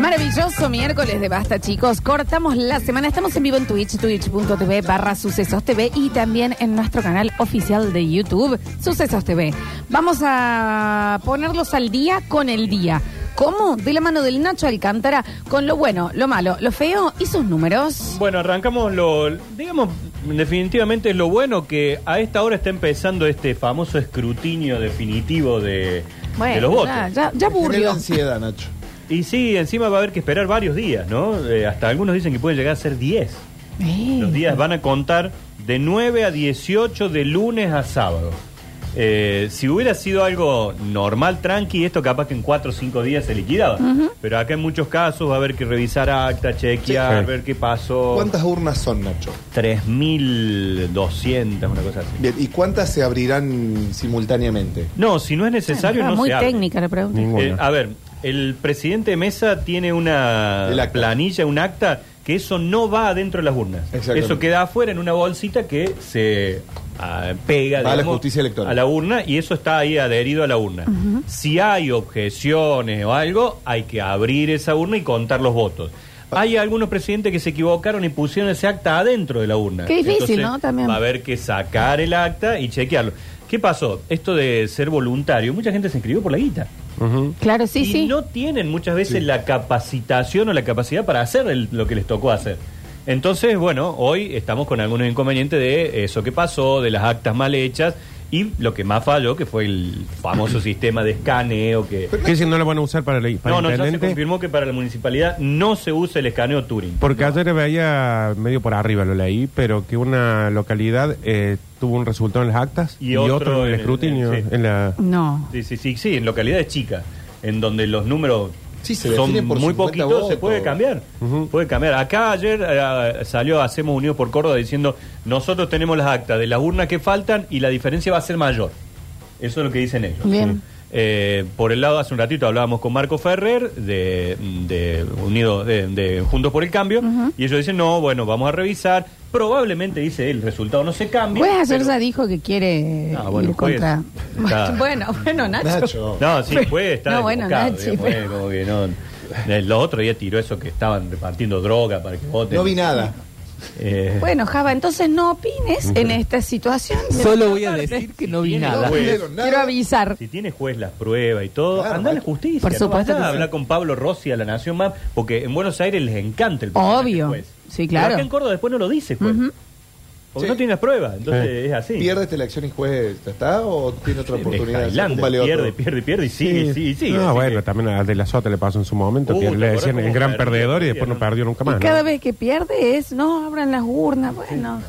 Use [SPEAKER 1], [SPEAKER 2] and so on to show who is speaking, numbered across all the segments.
[SPEAKER 1] maravilloso miércoles de basta, chicos. Cortamos la semana. Estamos en vivo en Twitch, twitch.tv barra Sucesos TV y también en nuestro canal oficial de YouTube, Sucesos TV. Vamos a ponerlos al día con el día. ¿Cómo? De la mano del Nacho Alcántara, con lo bueno, lo malo, lo feo y sus números.
[SPEAKER 2] Bueno, arrancamos lo, digamos, definitivamente lo bueno que a esta hora está empezando este famoso escrutinio definitivo de,
[SPEAKER 1] Bueno,
[SPEAKER 2] de los votos.
[SPEAKER 1] ya, ya, ya
[SPEAKER 3] Genera
[SPEAKER 1] aburrió.
[SPEAKER 3] ansiedad, Nacho.
[SPEAKER 2] Y sí, encima va a haber que esperar varios días, ¿no? Eh, hasta algunos dicen que pueden llegar a ser 10.
[SPEAKER 1] Eh.
[SPEAKER 2] Los días van a contar de 9 a 18 de lunes a sábado. Eh, si hubiera sido algo normal, tranqui, esto capaz que en 4 o 5 días se liquidaba. Pero acá en muchos casos va a haber que revisar acta, chequear,
[SPEAKER 3] Sí.
[SPEAKER 2] ver qué pasó.
[SPEAKER 3] ¿Cuántas urnas son, Nacho?
[SPEAKER 2] 3.200, una cosa así.
[SPEAKER 3] Bien, ¿y cuántas se abrirán simultáneamente?
[SPEAKER 2] No, si no es necesario,
[SPEAKER 1] Era
[SPEAKER 2] no
[SPEAKER 1] Ah, muy
[SPEAKER 2] se abre.
[SPEAKER 1] técnica la pregunta.
[SPEAKER 2] Eh, a ver, el presidente Mesa tiene una
[SPEAKER 3] El acta.
[SPEAKER 2] planilla, un acta, que eso no va adentro de las urnas.
[SPEAKER 3] Exactamente.
[SPEAKER 2] Eso queda afuera en una bolsita que se ah, pega
[SPEAKER 3] Va a la
[SPEAKER 2] digamos,
[SPEAKER 3] justicia electoral.
[SPEAKER 2] a la urna y eso está ahí adherido a la urna. Si hay objeciones o algo, hay que abrir esa urna y contar los votos.
[SPEAKER 3] Ah.
[SPEAKER 2] Hay algunos presidentes que se equivocaron y pusieron ese acta adentro de la urna.
[SPEAKER 1] Qué difícil, ¿no? También.
[SPEAKER 2] va a haber que sacar el acta y chequearlo. ¿Qué pasó? Esto de ser voluntario, mucha gente se inscribió por la guita.
[SPEAKER 1] Claro, sí,
[SPEAKER 2] y
[SPEAKER 1] sí.
[SPEAKER 2] no tienen muchas veces la capacitación o la capacidad para hacer el- lo que les tocó hacer. Entonces, bueno, hoy estamos con algunos inconvenientes de eso que pasó, de las actas mal hechas y lo que más falló, que fue el famoso sistema de escaneo que...
[SPEAKER 4] ¿Qué dicen? ¿No lo van a usar para el para
[SPEAKER 2] No, no, ya se
[SPEAKER 4] intendente?
[SPEAKER 2] confirmó que para la municipalidad no se usa el escaneo Turing.
[SPEAKER 4] Porque ayer veía, medio por arriba lo leí, pero que una localidad eh, tuvo un resultado en las actas
[SPEAKER 2] Y
[SPEAKER 4] y,
[SPEAKER 2] otro
[SPEAKER 4] otro, en
[SPEAKER 2] en
[SPEAKER 4] el
[SPEAKER 2] el-
[SPEAKER 4] escrutinio.
[SPEAKER 2] sí.
[SPEAKER 4] en la...
[SPEAKER 1] No.
[SPEAKER 2] Sí, sí, sí, sí, en localidades chicas, en donde los números
[SPEAKER 3] Sí, se
[SPEAKER 2] son
[SPEAKER 3] definen por
[SPEAKER 2] muy
[SPEAKER 3] 50
[SPEAKER 2] poquitos, se
[SPEAKER 3] votos.
[SPEAKER 2] puede cambiar. Puede cambiar. Acá ayer eh, salió Hacemos Unidos por Córdoba diciendo, nosotros tenemos las actas de las urnas que faltan y la diferencia va a ser mayor. Eso es lo que dicen ellos.
[SPEAKER 1] Bien.
[SPEAKER 2] Eh, por el lado, hace un ratito hablábamos con Marco Ferrer de, de Unidos de, de Juntos por el Cambio y ellos dicen, no, bueno, vamos a revisar. Probablemente, dice él, el resultado no se cambie.
[SPEAKER 1] Pues ayer
[SPEAKER 2] pero-
[SPEAKER 1] ya dijo que quiere
[SPEAKER 2] Ah, bueno,
[SPEAKER 1] ir contra.
[SPEAKER 2] pues, está-
[SPEAKER 1] Bueno, bueno, Nacho.
[SPEAKER 3] Nacho.
[SPEAKER 2] No, sí, puede estar
[SPEAKER 1] No, bueno,
[SPEAKER 2] equivocado,
[SPEAKER 1] Nachi,
[SPEAKER 2] digamos,
[SPEAKER 1] pero-
[SPEAKER 2] eh, como que no. Eh, Los otros días tiró eso que estaban repartiendo droga para que voten.
[SPEAKER 3] No vi nada.
[SPEAKER 2] Eh,
[SPEAKER 1] Bueno, Java, entonces no opines en esta situación.
[SPEAKER 5] Solo voy a decir que no vi
[SPEAKER 2] Tiene
[SPEAKER 5] nada.
[SPEAKER 3] No
[SPEAKER 2] juez,
[SPEAKER 3] vieron
[SPEAKER 1] Quiero
[SPEAKER 3] nada.
[SPEAKER 1] avisar.
[SPEAKER 2] si tiene juez las pruebas y todo,
[SPEAKER 3] Claro,
[SPEAKER 2] anda a la
[SPEAKER 3] Nacho.
[SPEAKER 2] justicia.
[SPEAKER 1] Por supuesto que sí.
[SPEAKER 2] habla con Pablo Rossi a la Nación más, porque en Buenos Aires les encanta el personaje
[SPEAKER 1] Obvio.
[SPEAKER 2] juez.
[SPEAKER 1] Sí,
[SPEAKER 2] Pero
[SPEAKER 1] claro.
[SPEAKER 2] acá en Córdoba después no lo dice juez. Porque
[SPEAKER 3] Sí.
[SPEAKER 2] no tiene las pruebas, entonces
[SPEAKER 4] Sí.
[SPEAKER 2] es así.
[SPEAKER 3] ¿Pierde esta elección y juez? ¿Ya está? ¿O tiene otra
[SPEAKER 2] Eh,
[SPEAKER 3] oportunidad?
[SPEAKER 2] Highlander,
[SPEAKER 3] Vale otro.
[SPEAKER 2] pierde, pierde, pierde y sigue, sigue, sigue.
[SPEAKER 4] no,
[SPEAKER 2] Así
[SPEAKER 4] Ah, bueno,
[SPEAKER 2] que-
[SPEAKER 4] también a De La Sota le pasó en su momento,
[SPEAKER 2] Uh,
[SPEAKER 4] que
[SPEAKER 2] ¿te
[SPEAKER 4] le decían
[SPEAKER 2] acordás
[SPEAKER 4] el gran
[SPEAKER 2] cómo perdió?
[SPEAKER 4] perdedor y después no perdió nunca más.
[SPEAKER 1] Y
[SPEAKER 4] ¿no?
[SPEAKER 1] cada vez que pierde es, no, abran las urnas. Bueno,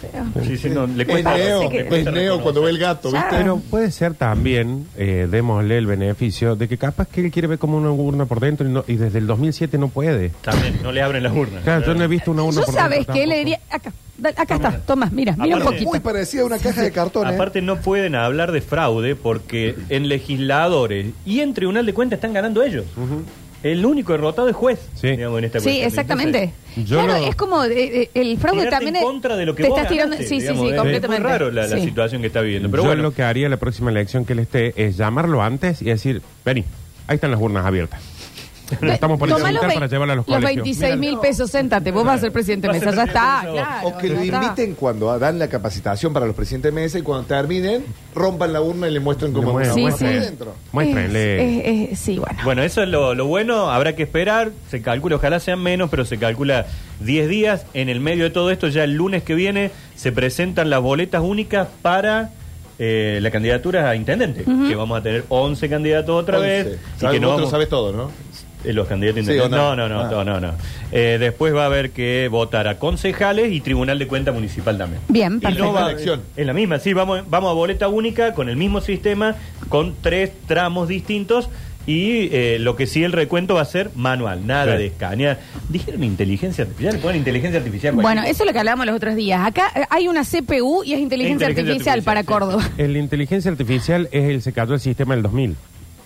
[SPEAKER 1] feo.
[SPEAKER 2] Sí, sí, no, le
[SPEAKER 3] Es
[SPEAKER 2] cuesta,
[SPEAKER 3] neo,
[SPEAKER 2] le cuesta
[SPEAKER 3] es neo cuando ve el gato,
[SPEAKER 1] Ya.
[SPEAKER 3] ¿viste?
[SPEAKER 4] Pero puede ser también, eh, démosle el beneficio, de que capaz que él quiere ver como una urna por dentro y, no- y desde el 2007 no puede.
[SPEAKER 2] También, no le abren las urnas.
[SPEAKER 4] Claro, yo no he visto una urna
[SPEAKER 1] Yo
[SPEAKER 4] por
[SPEAKER 1] sabes
[SPEAKER 4] dentro
[SPEAKER 1] que le
[SPEAKER 4] tampoco.
[SPEAKER 1] diría, acá, da- acá está, toma, mira, mira un
[SPEAKER 2] Aparte-
[SPEAKER 1] poquito.
[SPEAKER 3] Muy parecida a una caja de cartón, ¿eh?
[SPEAKER 2] Aparte no pueden hablar de fraude porque en legisladores y en Tribunal de Cuentas están ganando ellos. El único derrotado es juez.
[SPEAKER 4] Sí.
[SPEAKER 2] digamos, en esta
[SPEAKER 1] Sí,
[SPEAKER 2] cuestión.
[SPEAKER 1] exactamente.
[SPEAKER 4] Entonces, yo
[SPEAKER 1] claro,
[SPEAKER 4] no-
[SPEAKER 1] es como eh, eh, el fraude
[SPEAKER 2] Tirarte
[SPEAKER 1] también
[SPEAKER 2] en
[SPEAKER 1] es-
[SPEAKER 2] contra de lo que
[SPEAKER 1] te
[SPEAKER 2] vos
[SPEAKER 1] estás tirando,
[SPEAKER 2] ganaste,
[SPEAKER 1] sí, sí, sí,
[SPEAKER 2] digamos, es-
[SPEAKER 1] completamente.
[SPEAKER 2] Es muy raro la, la
[SPEAKER 1] Sí.
[SPEAKER 2] situación que está viviendo. Pero
[SPEAKER 4] Yo
[SPEAKER 2] bueno,
[SPEAKER 4] lo que haría la próxima elección que él esté es llamarlo antes y decir, vení, ahí están las urnas abiertas.
[SPEAKER 1] Ve-
[SPEAKER 4] Estamos por
[SPEAKER 1] tomá los
[SPEAKER 4] invitar
[SPEAKER 1] vein-
[SPEAKER 4] para llevarla a los,
[SPEAKER 1] Los
[SPEAKER 4] colegios.
[SPEAKER 1] 26 mil pesos, sentate, vos vas a ser presidente de
[SPEAKER 2] Vas a
[SPEAKER 1] mesa,
[SPEAKER 2] ser
[SPEAKER 1] ya está,
[SPEAKER 2] presidente de mesa
[SPEAKER 1] claro.
[SPEAKER 3] O que lo
[SPEAKER 1] ya está.
[SPEAKER 3] inviten cuando ah, dan la capacitación para los presidentes de mesa y cuando terminen, rompan la urna y le muestren cómo
[SPEAKER 4] Le
[SPEAKER 3] es
[SPEAKER 1] muestran,
[SPEAKER 3] una
[SPEAKER 1] sí,
[SPEAKER 3] urna
[SPEAKER 1] sí.
[SPEAKER 3] dentro.
[SPEAKER 4] Muéstrenle.
[SPEAKER 1] Es- es- es- sí, bueno.
[SPEAKER 2] Bueno, eso es lo, lo bueno, habrá que esperar, se calcula, ojalá sean menos, pero se calcula 10 días. En el medio de todo esto, ya el lunes que viene, se presentan las boletas únicas para eh, la candidatura a intendente, que vamos a tener 11 candidatos otra vez.
[SPEAKER 3] Once.
[SPEAKER 2] y
[SPEAKER 3] Sabes,
[SPEAKER 2] que no
[SPEAKER 3] vos te lo
[SPEAKER 2] vamos-
[SPEAKER 3] sabes todo, ¿no?
[SPEAKER 2] Eh, Los candidatos
[SPEAKER 3] Sí,
[SPEAKER 2] independientes.
[SPEAKER 3] o
[SPEAKER 2] no,
[SPEAKER 3] no.
[SPEAKER 2] no, no,
[SPEAKER 3] Ah.
[SPEAKER 2] no, no. Eh, después va a haber que votar a concejales y Tribunal de Cuenta Municipal también.
[SPEAKER 1] Bien,
[SPEAKER 2] Y
[SPEAKER 1] perfecto.
[SPEAKER 2] no va a-
[SPEAKER 3] Elección.
[SPEAKER 2] Es la misma, sí, vamos, vamos a boleta única con el mismo sistema, con tres tramos distintos y eh, lo que sí el recuento va a ser manual, nada
[SPEAKER 4] Sí.
[SPEAKER 2] de escanear. Dijeron inteligencia artificial, ponen inteligencia artificial.
[SPEAKER 1] Bueno, eso es lo que hablábamos los otros días. Acá eh, hay una CPU y es inteligencia, artificial,
[SPEAKER 2] Inteligencia artificial,
[SPEAKER 1] para
[SPEAKER 2] sí.
[SPEAKER 1] Córdoba.
[SPEAKER 4] El inteligencia artificial es el se cayó el sistema del 2000.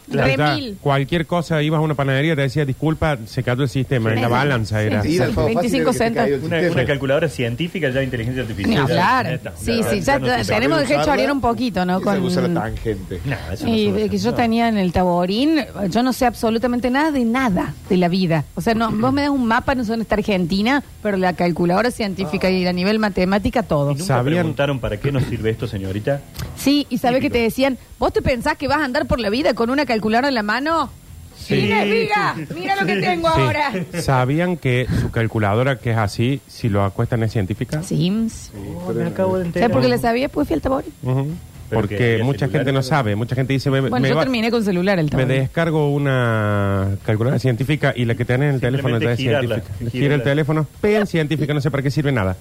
[SPEAKER 1] Remil.
[SPEAKER 4] Cualquier cosa, ibas a una panadería, te decía, disculpa, se cayó el sistema,
[SPEAKER 1] Sí.
[SPEAKER 4] en la balanza era.
[SPEAKER 1] Sí,
[SPEAKER 3] Ir al Fado
[SPEAKER 1] 25
[SPEAKER 3] Fácil era que te
[SPEAKER 1] centavos.
[SPEAKER 3] caiga el
[SPEAKER 2] Una,
[SPEAKER 3] sistema.
[SPEAKER 2] una calculadora científica ya de inteligencia artificial.
[SPEAKER 1] Ni hablar.
[SPEAKER 2] Ya está,
[SPEAKER 1] Sí,
[SPEAKER 2] ya
[SPEAKER 1] sí, ya
[SPEAKER 2] no se
[SPEAKER 1] te-
[SPEAKER 2] usa.
[SPEAKER 1] tenemos que
[SPEAKER 3] Usarla,
[SPEAKER 1] chorear un poquito, ¿no?
[SPEAKER 3] y saber usar la
[SPEAKER 1] Con...
[SPEAKER 3] tangente.
[SPEAKER 2] Nah, eso no
[SPEAKER 1] Y
[SPEAKER 2] se usa,
[SPEAKER 1] de que yo
[SPEAKER 2] no.
[SPEAKER 1] tenía en el Taborín, yo no sé absolutamente nada de nada de la vida. O sea, no, vos me das un mapa, no sé dónde está Argentina, pero la calculadora científica y a nivel matemática,
[SPEAKER 2] Ah. ¿Y
[SPEAKER 1] todo.
[SPEAKER 2] nunca
[SPEAKER 4] Sabían-
[SPEAKER 2] preguntaron para qué nos sirve esto, señorita?
[SPEAKER 1] Sí, y sabes que te decían, ¿vos te pensás que vas a andar por la vida con una calculadora en la mano?
[SPEAKER 2] Sí.
[SPEAKER 1] Mira, mira, mira lo que tengo
[SPEAKER 4] Sí.
[SPEAKER 1] ahora.
[SPEAKER 4] ¿Sabían que su calculadora, que es así, si lo acuestan es científica?
[SPEAKER 1] Sims.
[SPEAKER 2] me acabo de
[SPEAKER 1] ¿Sabes por qué la sabía? Pues fui al Taborín.
[SPEAKER 4] Ujú.
[SPEAKER 2] Pero que
[SPEAKER 4] Porque
[SPEAKER 2] había
[SPEAKER 4] mucha gente no
[SPEAKER 2] celulares.
[SPEAKER 4] sabe. Mucha gente dice, me,
[SPEAKER 1] Bueno,
[SPEAKER 4] me
[SPEAKER 1] yo
[SPEAKER 4] va-
[SPEAKER 1] terminé con celular el
[SPEAKER 4] me
[SPEAKER 1] Taborín.
[SPEAKER 4] descargo una calculadora científica y la que tenés en el teléfono ya es
[SPEAKER 2] girarla,
[SPEAKER 4] científica.
[SPEAKER 2] girarla.
[SPEAKER 4] Gira el teléfono, pen científica, no sé para qué sirve nada.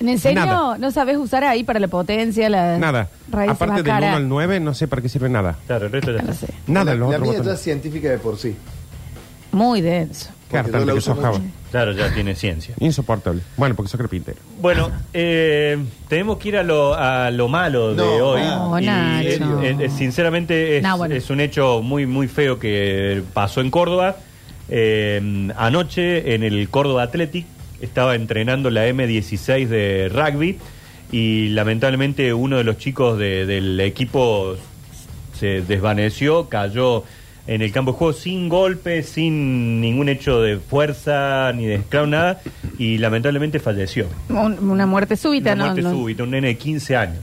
[SPEAKER 1] ¿En serio?
[SPEAKER 4] Nada.
[SPEAKER 1] ¿No sabes usar ahí para la potencia, la
[SPEAKER 4] Nada.
[SPEAKER 1] Eh, raíz
[SPEAKER 4] Aparte del 1
[SPEAKER 1] cara?
[SPEAKER 4] al 9, no sé para qué sirve nada.
[SPEAKER 2] Claro, el resto ya
[SPEAKER 1] No
[SPEAKER 2] está.
[SPEAKER 1] sé.
[SPEAKER 4] Nada,
[SPEAKER 3] la,
[SPEAKER 4] los
[SPEAKER 3] la
[SPEAKER 4] otros
[SPEAKER 3] mía ya
[SPEAKER 4] botones.
[SPEAKER 3] es científica de por sí.
[SPEAKER 1] Muy denso.
[SPEAKER 4] Qué
[SPEAKER 3] porque no
[SPEAKER 4] hartante
[SPEAKER 3] la
[SPEAKER 4] que
[SPEAKER 3] uso
[SPEAKER 4] sos, Java.
[SPEAKER 3] mucho.
[SPEAKER 2] Claro, ya tiene ciencia.
[SPEAKER 4] Insoportable. Bueno, porque sos carpintero.
[SPEAKER 2] Bueno, eh, tenemos que ir a lo, a lo malo
[SPEAKER 3] No,
[SPEAKER 2] de hoy.
[SPEAKER 3] no,
[SPEAKER 2] Y,
[SPEAKER 1] Nacho.
[SPEAKER 2] eh, eh, sinceramente es,
[SPEAKER 1] No, bueno.
[SPEAKER 2] es un hecho muy, muy feo que pasó en Córdoba. Eh, anoche en el Córdoba Athletic estaba entrenando la M16 de rugby y lamentablemente uno de los chicos de- del equipo se desvaneció, cayó en el campo de juego sin golpe, sin ningún hecho de fuerza ni de esclavo, nada, y lamentablemente falleció.
[SPEAKER 1] Un- una muerte súbita,
[SPEAKER 2] Una
[SPEAKER 1] ¿no?
[SPEAKER 2] muerte
[SPEAKER 1] no,
[SPEAKER 2] súbita, un nene de 15 años.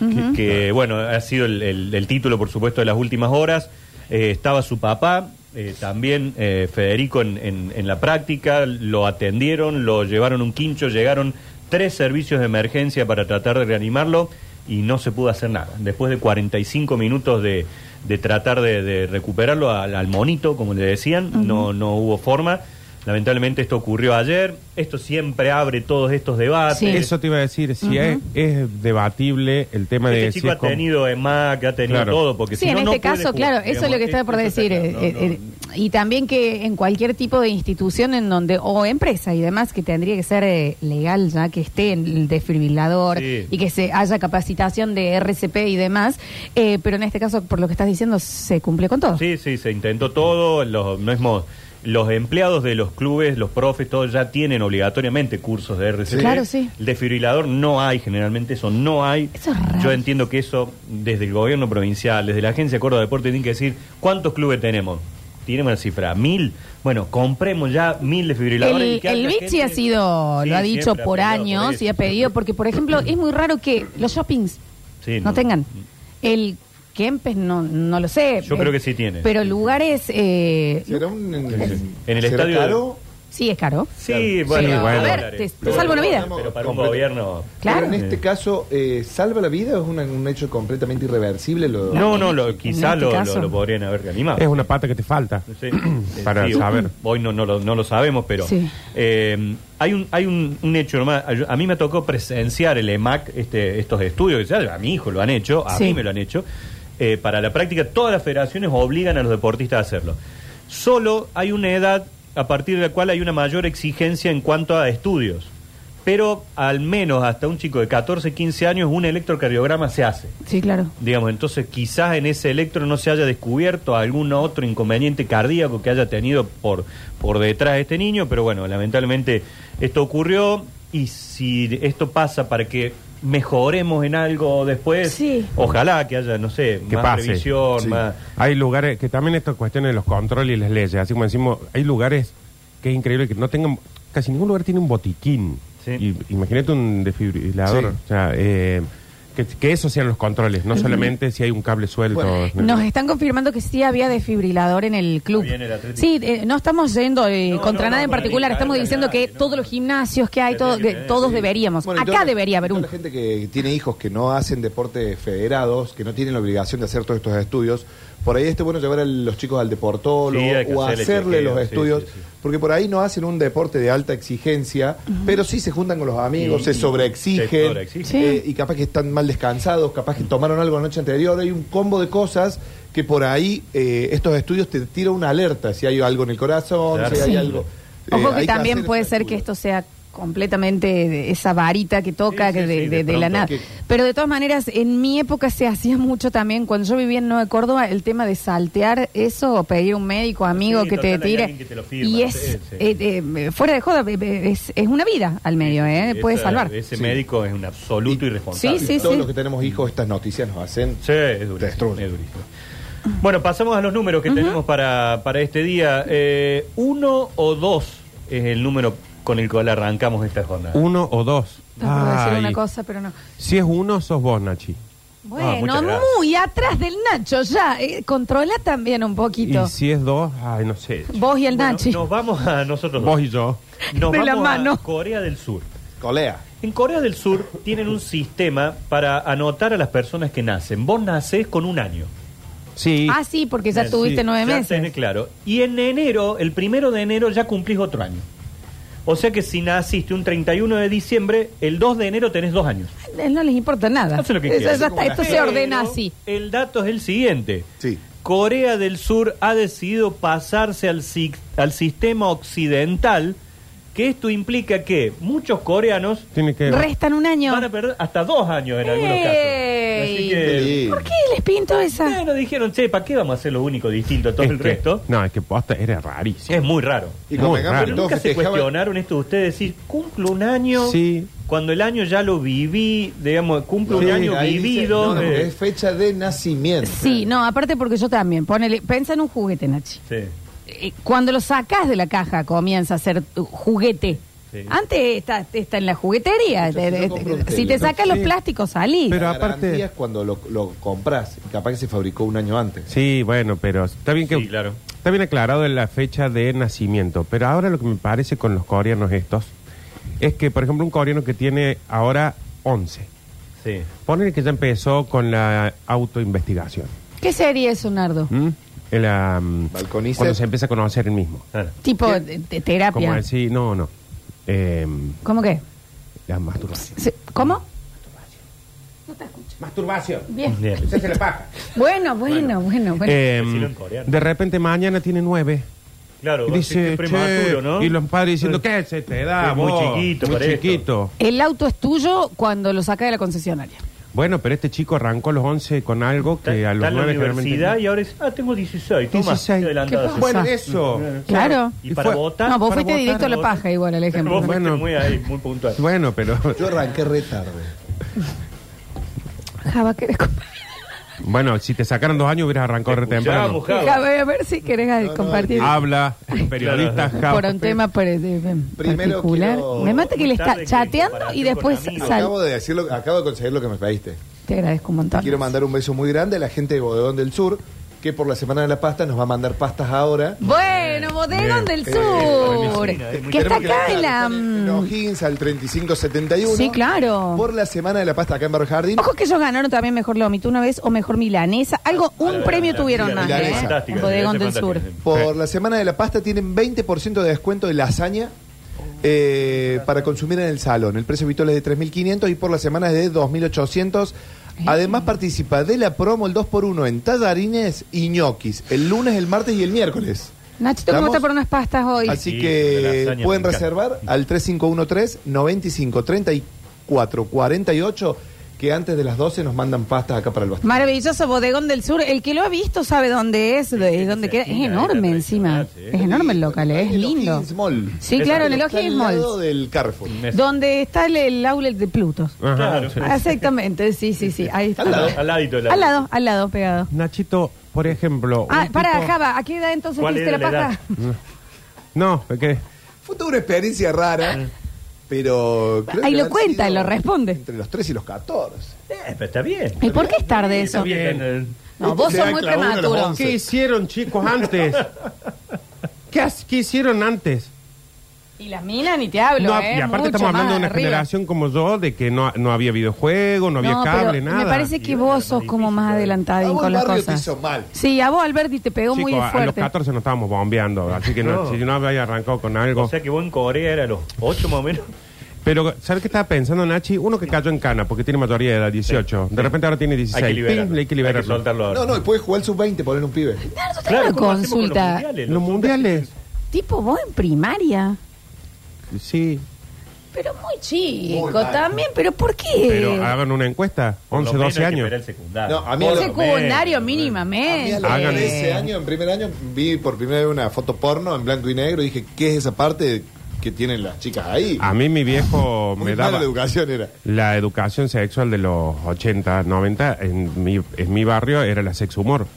[SPEAKER 2] que, que, bueno, ha sido el, el- el título, por supuesto, de las últimas horas. Eh, estaba su papá, eh, también eh, Federico en, en- en la práctica. Lo atendieron, lo llevaron un quincho, llegaron tres servicios de emergencia para tratar de reanimarlo y no se pudo hacer nada. Después de 45 minutos de, de tratar de, de recuperarlo al, al monito, como le decían, no, no hubo forma. Lamentablemente esto ocurrió ayer. Esto siempre abre todos estos debates.
[SPEAKER 1] Sí.
[SPEAKER 4] Eso te iba a decir, si es, es debatible el tema de...
[SPEAKER 2] Este
[SPEAKER 4] si
[SPEAKER 2] chico
[SPEAKER 4] es
[SPEAKER 2] ha
[SPEAKER 4] como-
[SPEAKER 2] tenido EMAC, ha tenido
[SPEAKER 4] Claro.
[SPEAKER 2] todo, porque
[SPEAKER 1] Sí,
[SPEAKER 2] si
[SPEAKER 1] en
[SPEAKER 2] no, no
[SPEAKER 1] este
[SPEAKER 2] puede
[SPEAKER 1] caso,
[SPEAKER 2] jugar,
[SPEAKER 1] claro, eso es lo que
[SPEAKER 2] digamos,
[SPEAKER 1] estaba por
[SPEAKER 2] eso
[SPEAKER 1] decir.
[SPEAKER 2] está
[SPEAKER 1] eh,
[SPEAKER 2] claro, no,
[SPEAKER 1] eh, y también que en cualquier tipo de institución en donde, o empresa y demás, que tendría que ser eh, legal ya que esté en el desfibrilador
[SPEAKER 2] Sí.
[SPEAKER 1] y que se haya capacitación de RCP y demás, eh, pero en este caso, por lo que estás diciendo, se cumple con todo.
[SPEAKER 2] no. Sí, sí, se intentó todo, los mismos, los empleados de los clubes, los profes, todos ya tienen obligatoriamente cursos de RCP.
[SPEAKER 1] Claro, sí.
[SPEAKER 2] El desfibrilador no hay, generalmente eso no hay.
[SPEAKER 1] Eso es raro.
[SPEAKER 2] Yo entiendo que eso, desde el gobierno provincial, desde la Agencia de Córdoba de Deporte, tienen que decir, ¿cuántos clubes tenemos? Tenemos la cifra, mil. Bueno, compremos ya mil desfibriladores. y
[SPEAKER 1] El,
[SPEAKER 2] que haya
[SPEAKER 1] el Vichy
[SPEAKER 2] gente-
[SPEAKER 1] ha sido,
[SPEAKER 2] Sí,
[SPEAKER 1] lo ha
[SPEAKER 2] siempre
[SPEAKER 1] dicho
[SPEAKER 2] ha
[SPEAKER 1] por
[SPEAKER 2] peleado
[SPEAKER 1] años
[SPEAKER 2] eso.
[SPEAKER 1] y ha pedido, porque por ejemplo es muy raro que los shoppings
[SPEAKER 2] Sí, Mm.
[SPEAKER 1] no, tengan. El Kempes no, no lo sé.
[SPEAKER 2] Yo
[SPEAKER 1] eh,
[SPEAKER 2] creo que sí tiene.
[SPEAKER 1] Pero lugares, eh,
[SPEAKER 3] ¿Será un.
[SPEAKER 2] En el
[SPEAKER 3] ¿será
[SPEAKER 2] estadio de-
[SPEAKER 3] caro?
[SPEAKER 1] sí es caro.
[SPEAKER 2] Sí,
[SPEAKER 4] Claro.
[SPEAKER 2] bueno,
[SPEAKER 4] Sí, bueno.
[SPEAKER 2] a ver,
[SPEAKER 1] Pero-
[SPEAKER 2] te-
[SPEAKER 1] Te salva una vida.
[SPEAKER 2] Pero para un
[SPEAKER 3] Completo.
[SPEAKER 2] gobierno.
[SPEAKER 1] Claro.
[SPEAKER 3] Pero en este caso, eh, ¿salva la vida o es una- un hecho completamente irreversible? Lo...
[SPEAKER 2] No, no, lo,
[SPEAKER 1] en
[SPEAKER 2] quizá
[SPEAKER 1] este
[SPEAKER 2] lo, lo-
[SPEAKER 1] caso.
[SPEAKER 2] lo podrían haber reanimado.
[SPEAKER 4] Es una pata que te falta.
[SPEAKER 2] Sí.
[SPEAKER 4] Para saber.
[SPEAKER 2] Hoy no, no, lo, no lo sabemos, pero
[SPEAKER 1] Sí.
[SPEAKER 2] eh, hay un hay un, un hecho nomás. A- A mí me tocó presenciar el EMAC, este, estos estudios, que ya a mi hijo lo han hecho, a
[SPEAKER 1] Sí.
[SPEAKER 2] mí me lo han hecho. Eh, para la práctica, todas las federaciones obligan a los deportistas a hacerlo. Solo hay una edad a partir de la cual hay una mayor exigencia en cuanto a estudios. Pero al menos hasta un chico de 14, 15 años, un electrocardiograma se hace.
[SPEAKER 1] Sí, claro.
[SPEAKER 2] Digamos, entonces quizás en ese electro no se haya descubierto algún otro inconveniente cardíaco que haya tenido por, por detrás de este niño, pero bueno, lamentablemente esto ocurrió y si esto pasa para que mejoremos en algo después,
[SPEAKER 1] Sí.
[SPEAKER 2] ojalá que haya, no sé,
[SPEAKER 4] Que
[SPEAKER 2] más
[SPEAKER 4] pase.
[SPEAKER 2] revisión,
[SPEAKER 4] Sí.
[SPEAKER 2] más...
[SPEAKER 4] Hay lugares que también estas cuestiones de los controles y las leyes, así como decimos, hay lugares que es increíble que no tengan, casi ningún lugar tiene un botiquín.
[SPEAKER 2] Sí.
[SPEAKER 4] Y- imagínate un desfibrilador.
[SPEAKER 3] Sí.
[SPEAKER 4] O sea, eh, que, que esos sean los controles, no solamente si hay un cable suelto.
[SPEAKER 3] Bueno,
[SPEAKER 4] ¿no?
[SPEAKER 1] Nos están confirmando que sí había desfibrilador en el club.
[SPEAKER 2] Había en el Atlético.
[SPEAKER 1] Sí, eh, no estamos yendo eh,
[SPEAKER 2] No,
[SPEAKER 1] contra
[SPEAKER 2] no,
[SPEAKER 1] nada
[SPEAKER 2] no,
[SPEAKER 1] en
[SPEAKER 2] para
[SPEAKER 1] particular.
[SPEAKER 2] mí,
[SPEAKER 1] Estamos
[SPEAKER 2] para
[SPEAKER 1] diciendo
[SPEAKER 2] nadie,
[SPEAKER 1] que
[SPEAKER 2] no.
[SPEAKER 1] todos los gimnasios que hay, todo-
[SPEAKER 2] Tendría
[SPEAKER 1] que
[SPEAKER 2] que
[SPEAKER 1] todos
[SPEAKER 2] tener,
[SPEAKER 1] deberíamos.
[SPEAKER 3] Bueno, y
[SPEAKER 1] Acá
[SPEAKER 3] toda la-
[SPEAKER 1] debería haber
[SPEAKER 3] toda
[SPEAKER 1] uno.
[SPEAKER 3] La gente que tiene hijos que no hacen deporte federados, que no tienen la obligación de hacer todos estos estudios, por ahí es bueno llevar a los chicos al deportólogo
[SPEAKER 2] Sí, hay que
[SPEAKER 3] o
[SPEAKER 2] hacerle
[SPEAKER 3] hacerle
[SPEAKER 2] chequeo,
[SPEAKER 3] los
[SPEAKER 2] sí,
[SPEAKER 3] estudios,
[SPEAKER 2] sí, sí.
[SPEAKER 3] porque por ahí no hacen un deporte de alta exigencia, pero sí se juntan con los amigos, se sobreexigen,
[SPEAKER 2] se sobreexigen.
[SPEAKER 1] Sí.
[SPEAKER 3] eh, y capaz que están mal descansados, capaz que tomaron algo la noche anterior, hay un combo de cosas que por ahí eh, estos estudios te tiran una alerta, si hay algo en el corazón,
[SPEAKER 2] Claro.
[SPEAKER 3] si hay
[SPEAKER 2] Sí.
[SPEAKER 3] algo. Eh,
[SPEAKER 1] Ojo que
[SPEAKER 3] hay
[SPEAKER 1] también
[SPEAKER 3] hacer
[SPEAKER 1] puede
[SPEAKER 3] estos
[SPEAKER 1] ser que
[SPEAKER 3] estudios.
[SPEAKER 1] esto sea completamente de esa varita que toca
[SPEAKER 2] Sí, sí,
[SPEAKER 1] que de,
[SPEAKER 2] sí,
[SPEAKER 1] de-
[SPEAKER 2] de
[SPEAKER 1] de la
[SPEAKER 2] pronto
[SPEAKER 1] nada.
[SPEAKER 3] que-
[SPEAKER 1] Pero de todas maneras, en mi época se hacía mucho también, cuando yo vivía en Nueva Córdoba, el tema de saltear eso o pedir un médico, amigo
[SPEAKER 2] Sí,
[SPEAKER 1] que te
[SPEAKER 2] total, hay
[SPEAKER 1] tire.
[SPEAKER 2] alguien que te lo firma,
[SPEAKER 1] y es,
[SPEAKER 2] sí, sí.
[SPEAKER 1] eh, eh, fuera de joda, eh, eh, es, es una vida al medio, ¿eh? Puede
[SPEAKER 2] Esa-
[SPEAKER 1] salvar.
[SPEAKER 2] Ese
[SPEAKER 3] Sí.
[SPEAKER 2] médico es un absoluto
[SPEAKER 3] Y-
[SPEAKER 2] irresponsable.
[SPEAKER 1] Sí, sí,
[SPEAKER 3] Todos
[SPEAKER 1] sí.
[SPEAKER 3] los que tenemos hijos, estas noticias nos hacen.
[SPEAKER 2] Sí, es durísimo,
[SPEAKER 3] Destruye.
[SPEAKER 2] es durísimo. Bueno, pasamos a los números que tenemos para, para este día. Eh, uno o dos es el número con el cual arrancamos esta jornada.
[SPEAKER 4] Uno o dos.
[SPEAKER 1] Estaba por decir una
[SPEAKER 4] Ay.
[SPEAKER 1] cosa, pero no.
[SPEAKER 4] Si es uno, sos vos, Nachi.
[SPEAKER 1] Bueno,
[SPEAKER 2] Ah, muchas gracias.
[SPEAKER 1] muy atrás del Nacho ya. eh, controla también un poquito.
[SPEAKER 4] Y si es dos, ay, no sé.
[SPEAKER 1] Vos y el
[SPEAKER 2] Bueno,
[SPEAKER 1] Nachi.
[SPEAKER 2] Nos vamos a nosotros dos.
[SPEAKER 4] Vos y yo.
[SPEAKER 2] Nos
[SPEAKER 1] De
[SPEAKER 2] vamos
[SPEAKER 1] la mano.
[SPEAKER 2] a Corea del Sur.
[SPEAKER 3] Colea.
[SPEAKER 2] En Corea del Sur tienen un sistema para anotar a las personas que nacen. Vos nacés con un año.
[SPEAKER 4] Sí.
[SPEAKER 1] Ah, sí, porque ya
[SPEAKER 2] Sí,
[SPEAKER 1] tuviste nueve
[SPEAKER 2] ya
[SPEAKER 1] meses.
[SPEAKER 2] tenés claro. Y en enero, el primero de enero, ya cumplís otro año. O sea que si naciste un 31 de diciembre, el 2 de enero tenés dos años.
[SPEAKER 1] Eh, No les importa nada.
[SPEAKER 2] Hacen lo que
[SPEAKER 1] Eso
[SPEAKER 2] quieran.
[SPEAKER 1] ya está, esto se
[SPEAKER 2] Pero
[SPEAKER 1] ordena así.
[SPEAKER 2] El dato es el siguiente.
[SPEAKER 3] Sí.
[SPEAKER 2] Corea del Sur ha decidido pasarse al, si- al sistema occidental, que esto implica que muchos coreanos
[SPEAKER 4] Tiene que.
[SPEAKER 1] Restan un año.
[SPEAKER 2] van a perder hasta dos años en algunos casos. Así
[SPEAKER 1] ¡Ey!
[SPEAKER 2] que...
[SPEAKER 3] Sí.
[SPEAKER 1] ¿Por qué les pinto esa?
[SPEAKER 2] Bueno, dijeron, che, ¿para qué vamos a hacer lo único distinto a todo
[SPEAKER 4] es
[SPEAKER 2] el
[SPEAKER 3] Este.
[SPEAKER 4] que-
[SPEAKER 2] resto?
[SPEAKER 4] No, es que posta era rarísimo.
[SPEAKER 2] Es muy raro.
[SPEAKER 3] Y
[SPEAKER 4] Muy
[SPEAKER 3] convengamos
[SPEAKER 4] raro.
[SPEAKER 3] Ah, que
[SPEAKER 2] Pero
[SPEAKER 3] todos
[SPEAKER 2] nunca se
[SPEAKER 3] festejaban-
[SPEAKER 2] cuestionaron esto de ustedes decir, cumplo un año,
[SPEAKER 4] Sí.
[SPEAKER 2] cuando el año ya lo viví, digamos, cumplo un
[SPEAKER 3] Sí,
[SPEAKER 2] año
[SPEAKER 3] ahí dice-
[SPEAKER 2] vivido.
[SPEAKER 3] no, no, porque
[SPEAKER 2] eh,
[SPEAKER 3] es fecha de nacimiento.
[SPEAKER 1] Sí, no, aparte porque yo también. Ponele, pensa en un juguete, Nachi.
[SPEAKER 2] sí.
[SPEAKER 1] Eh, Cuando lo sacas de la caja comienza a ser tu juguete.
[SPEAKER 2] Sí.
[SPEAKER 1] Antes está, está en la juguetería.
[SPEAKER 3] Entonces,
[SPEAKER 1] De-
[SPEAKER 3] yo
[SPEAKER 1] de-
[SPEAKER 3] compro un
[SPEAKER 1] de- si
[SPEAKER 3] tele.
[SPEAKER 1] te sacas los
[SPEAKER 4] Sí.
[SPEAKER 1] plásticos, salí.
[SPEAKER 4] Pero
[SPEAKER 3] Pero
[SPEAKER 4] aparte-
[SPEAKER 3] aparte es cuando lo, lo compras, y capaz que se fabricó un año antes.
[SPEAKER 4] Sí, bueno, pero está bien que.
[SPEAKER 2] Sí, claro.
[SPEAKER 4] Está bien aclarado en la fecha de nacimiento. Pero ahora lo que me parece con los coreanos estos es que, por ejemplo, un coreano que tiene ahora 11.
[SPEAKER 2] Sí.
[SPEAKER 4] Ponen que ya empezó con la autoinvestigación.
[SPEAKER 1] ¿Qué sería eso, Nardo?
[SPEAKER 4] ¿Mm? En la, mm,
[SPEAKER 3] Balconice.
[SPEAKER 4] Cuando se empieza a conocer el mismo.
[SPEAKER 2] Claro.
[SPEAKER 1] Tipo de- de
[SPEAKER 4] Como
[SPEAKER 1] terapia.
[SPEAKER 4] decir, no, no. Eh,
[SPEAKER 1] ¿Cómo qué?
[SPEAKER 4] la masturbación.
[SPEAKER 1] Se- ¿Cómo?
[SPEAKER 4] Masturbación.
[SPEAKER 1] Bien.
[SPEAKER 2] Bien.
[SPEAKER 4] Se la paja.
[SPEAKER 1] Bueno, bueno, bueno, bueno.
[SPEAKER 4] Eh.
[SPEAKER 2] Decilo en coreano.
[SPEAKER 4] Em, de repente mañana tiene nueve.
[SPEAKER 2] Claro,
[SPEAKER 4] Y
[SPEAKER 2] vos decís que
[SPEAKER 4] dice,
[SPEAKER 2] es prematuro,
[SPEAKER 4] "Che",
[SPEAKER 2] ¿no?
[SPEAKER 4] Y los padres diciendo, ¿qué se te da?
[SPEAKER 2] Es muy
[SPEAKER 4] vos?
[SPEAKER 2] chiquito
[SPEAKER 4] Muy
[SPEAKER 2] para esto".
[SPEAKER 4] chiquito.
[SPEAKER 1] El auto es tuyo cuando lo saca de la concesionaria.
[SPEAKER 4] Bueno, pero este chico arrancó a los 11 con algo
[SPEAKER 2] Está,
[SPEAKER 4] que a
[SPEAKER 2] está
[SPEAKER 4] los
[SPEAKER 2] en la
[SPEAKER 4] nueve
[SPEAKER 2] universidad
[SPEAKER 4] generalmente-
[SPEAKER 2] y ahora es, ah, tengo 16, toma,
[SPEAKER 4] 16.
[SPEAKER 2] qué adelantada
[SPEAKER 1] ¿Qué
[SPEAKER 2] sos.
[SPEAKER 1] pasa?
[SPEAKER 4] Bueno, eso.
[SPEAKER 1] Claro.
[SPEAKER 2] Y, para
[SPEAKER 4] fue-
[SPEAKER 2] votar...
[SPEAKER 1] No, vos
[SPEAKER 2] para
[SPEAKER 1] fuiste
[SPEAKER 2] votar,
[SPEAKER 1] directo a la
[SPEAKER 2] votar.
[SPEAKER 1] paja igual, el ejemplo.
[SPEAKER 2] Vos fuiste
[SPEAKER 4] Bueno.
[SPEAKER 2] muy ahí, muy puntual.
[SPEAKER 4] Bueno, pero.
[SPEAKER 3] Yo arranqué re tarde.
[SPEAKER 1] Java, ¿querés compartir?
[SPEAKER 4] Bueno, si te sacaron dos años hubieras arrancado re
[SPEAKER 2] Escuchá,
[SPEAKER 4] temprano.
[SPEAKER 2] mujer. Java.
[SPEAKER 1] Java, a ver si querés eh,
[SPEAKER 3] no,
[SPEAKER 1] compartir.
[SPEAKER 4] Habla,
[SPEAKER 2] Claro.
[SPEAKER 4] periodista, Ah, Java. pues.
[SPEAKER 1] por un tema per- de- de-
[SPEAKER 3] Primero
[SPEAKER 1] particular.
[SPEAKER 3] quiero-
[SPEAKER 1] Me mata que le
[SPEAKER 2] Tarde
[SPEAKER 1] está
[SPEAKER 2] que
[SPEAKER 1] chateando
[SPEAKER 2] comparación
[SPEAKER 1] y después
[SPEAKER 2] con amigos.
[SPEAKER 1] sal.
[SPEAKER 3] Acabo de decirlo, acabo de conseguir lo que me pediste.
[SPEAKER 1] Te agradezco un montón.
[SPEAKER 3] Quiero mandar un beso muy grande a la gente de Bodegón del Sur, que por la Semana de la Pasta nos va a mandar pastas ahora.
[SPEAKER 1] Bueno, Bodegón
[SPEAKER 4] Bien.
[SPEAKER 1] del
[SPEAKER 3] Eh,
[SPEAKER 1] Sur.
[SPEAKER 2] buenísimo. Eh, muy
[SPEAKER 1] que está
[SPEAKER 3] Tenemos
[SPEAKER 1] acá
[SPEAKER 3] lanzar,
[SPEAKER 1] en la... mm,
[SPEAKER 3] están En O'Higgins al 3571.
[SPEAKER 1] Sí, claro.
[SPEAKER 3] Por la Semana de la Pasta acá en Barrio Jardín.
[SPEAKER 1] Ojo mm, que ellos ganaron también mejor lomito una vez o mejor milanesa. Algo, un
[SPEAKER 2] La-
[SPEAKER 1] premio
[SPEAKER 2] la-
[SPEAKER 1] tuvieron
[SPEAKER 2] la-
[SPEAKER 1] más.
[SPEAKER 2] la-
[SPEAKER 1] ¿eh?
[SPEAKER 3] Ah, milanesa.
[SPEAKER 2] fantástica,
[SPEAKER 1] En Bodegón
[SPEAKER 2] la-
[SPEAKER 1] del Sur.
[SPEAKER 2] fantástica.
[SPEAKER 3] Por la semana de la pasta tienen 20% de descuento de lasaña eh, para consumir en el salón. El precio habitual es de 3.500 y por la semana es de 2.800. Además participa de la promo el 2x1 en tallarines y ñoquis. El lunes, el martes y el miércoles.
[SPEAKER 1] Nachito, ¿cómo
[SPEAKER 3] ¿Estamos?
[SPEAKER 1] está por unas pastas hoy?
[SPEAKER 3] Así
[SPEAKER 2] Sí, la
[SPEAKER 3] que
[SPEAKER 2] lasaña
[SPEAKER 3] pueden
[SPEAKER 2] me encanta.
[SPEAKER 3] reservar al 3513 95 34 48 que antes de las 12 nos mandan pastas acá para el bastón.
[SPEAKER 1] Maravilloso bodegón del sur. El que lo ha visto sabe dónde es, de-
[SPEAKER 2] sí,
[SPEAKER 1] dónde
[SPEAKER 2] sí,
[SPEAKER 1] queda.
[SPEAKER 2] sí,
[SPEAKER 1] Es
[SPEAKER 2] sí,
[SPEAKER 1] enorme
[SPEAKER 2] sí,
[SPEAKER 1] encima.
[SPEAKER 2] sí.
[SPEAKER 1] Es enorme el local, eh, es
[SPEAKER 3] El
[SPEAKER 1] lindo.
[SPEAKER 3] O'Higgins Mall.
[SPEAKER 1] Sí, claro, en el
[SPEAKER 3] Está
[SPEAKER 1] O'Higgins
[SPEAKER 3] al lado
[SPEAKER 1] Mall.
[SPEAKER 3] del Carrefour.
[SPEAKER 2] Pues,
[SPEAKER 1] Donde está el, el outlet de Pluto.
[SPEAKER 4] Ajá,
[SPEAKER 2] Claro.
[SPEAKER 4] sí.
[SPEAKER 1] Ah, Exactamente, sí, sí, sí. Ahí está.
[SPEAKER 2] Al lado, al ladito, al lado.
[SPEAKER 1] Al lado, al lado, pegado.
[SPEAKER 4] Nachito, por ejemplo.
[SPEAKER 1] Ah,
[SPEAKER 4] un
[SPEAKER 1] para,
[SPEAKER 4] tipo-
[SPEAKER 1] Java, ¿a qué edad entonces
[SPEAKER 2] ¿Cuál
[SPEAKER 1] hiciste la
[SPEAKER 2] era la
[SPEAKER 1] paja?
[SPEAKER 4] No, ¿qué?
[SPEAKER 3] Fue toda una experiencia
[SPEAKER 2] Ah.
[SPEAKER 3] rara, pero... creo
[SPEAKER 1] Ahí
[SPEAKER 3] que
[SPEAKER 1] lo
[SPEAKER 3] han
[SPEAKER 1] cuenta,
[SPEAKER 3] sido
[SPEAKER 1] lo responde.
[SPEAKER 3] Entre los 3 y los 14.
[SPEAKER 2] Eh, pero está bien.
[SPEAKER 1] ¿Y por qué es tarde
[SPEAKER 2] Está
[SPEAKER 1] eso?
[SPEAKER 2] bien. eh,
[SPEAKER 1] No, vos
[SPEAKER 3] Le
[SPEAKER 1] sos
[SPEAKER 3] dan
[SPEAKER 1] muy
[SPEAKER 3] clavo uno a los
[SPEAKER 1] prematuro.
[SPEAKER 3] once.
[SPEAKER 4] ¿Qué hicieron, chicos, antes? ¿Qué, has- qué hicieron antes?
[SPEAKER 1] Y las minas ni te hablo,
[SPEAKER 4] No,
[SPEAKER 1] eh,
[SPEAKER 4] y aparte
[SPEAKER 1] mucho
[SPEAKER 4] estamos hablando
[SPEAKER 1] más
[SPEAKER 4] de una
[SPEAKER 1] arriba.
[SPEAKER 4] generación como yo, de que no, no había videojuego, no había
[SPEAKER 1] No, pero
[SPEAKER 4] cable, nada.
[SPEAKER 1] Me parece que
[SPEAKER 2] Y
[SPEAKER 1] vos
[SPEAKER 2] bueno,
[SPEAKER 1] sos
[SPEAKER 2] difícil,
[SPEAKER 1] como más
[SPEAKER 2] claro.
[SPEAKER 3] A
[SPEAKER 1] adelantadín
[SPEAKER 3] vos
[SPEAKER 1] con
[SPEAKER 3] el
[SPEAKER 1] las
[SPEAKER 3] barrio te
[SPEAKER 1] cosas.
[SPEAKER 3] hizo mal.
[SPEAKER 1] Sí, a vos, Alberti, te pegó
[SPEAKER 4] Chicos,
[SPEAKER 1] muy
[SPEAKER 4] a- a los
[SPEAKER 1] fuerte.
[SPEAKER 4] 14 no estábamos bombeando, así que no,
[SPEAKER 2] No.
[SPEAKER 4] si no había arrancado con algo.
[SPEAKER 2] O sea que vos en Corea era a los 8 más o menos.
[SPEAKER 4] Pero, ¿sabes qué estaba pensando, Nachi? Uno que cayó en cana, porque tiene mayoría de edad, 18. De repente ahora tiene 16.
[SPEAKER 2] Hay que
[SPEAKER 4] Ping,
[SPEAKER 2] liberarlo.
[SPEAKER 4] le hay que
[SPEAKER 2] Hay que
[SPEAKER 4] liberarlo.
[SPEAKER 2] soltarlo ahora.
[SPEAKER 3] No, no, y puedes jugar al sub-20, poner un pibe.
[SPEAKER 1] Nardo, tengo
[SPEAKER 2] Claro,
[SPEAKER 1] una
[SPEAKER 2] ¿cómo hacemos con los
[SPEAKER 1] consulta.
[SPEAKER 2] mundiales?
[SPEAKER 4] Los mundiales,
[SPEAKER 1] Tipo, vos en primaria.
[SPEAKER 4] sí.
[SPEAKER 1] Pero muy chico
[SPEAKER 3] Muy mal.
[SPEAKER 1] también, pero ¿por qué?
[SPEAKER 4] Pero hagan una encuesta,
[SPEAKER 2] Por lo
[SPEAKER 4] 11,
[SPEAKER 2] menos
[SPEAKER 4] 12
[SPEAKER 2] hay que
[SPEAKER 4] años.
[SPEAKER 2] ver el secundario.
[SPEAKER 3] No, a mí
[SPEAKER 2] Por
[SPEAKER 3] el
[SPEAKER 2] lo
[SPEAKER 1] secundario
[SPEAKER 2] menos.
[SPEAKER 3] A mí
[SPEAKER 1] mínimamente.
[SPEAKER 3] a los
[SPEAKER 4] Hagan-
[SPEAKER 3] 13 años, en primer año, vi por primera vez una foto porno en blanco y negro y dije, ¿qué es esa parte que tienen las chicas ahí?
[SPEAKER 4] A mí mi viejo
[SPEAKER 3] Muy
[SPEAKER 4] me
[SPEAKER 3] mala
[SPEAKER 4] daba
[SPEAKER 3] educación era.
[SPEAKER 4] la educación sexual de los 80, 90, en mi, en mi barrio era la sex humor.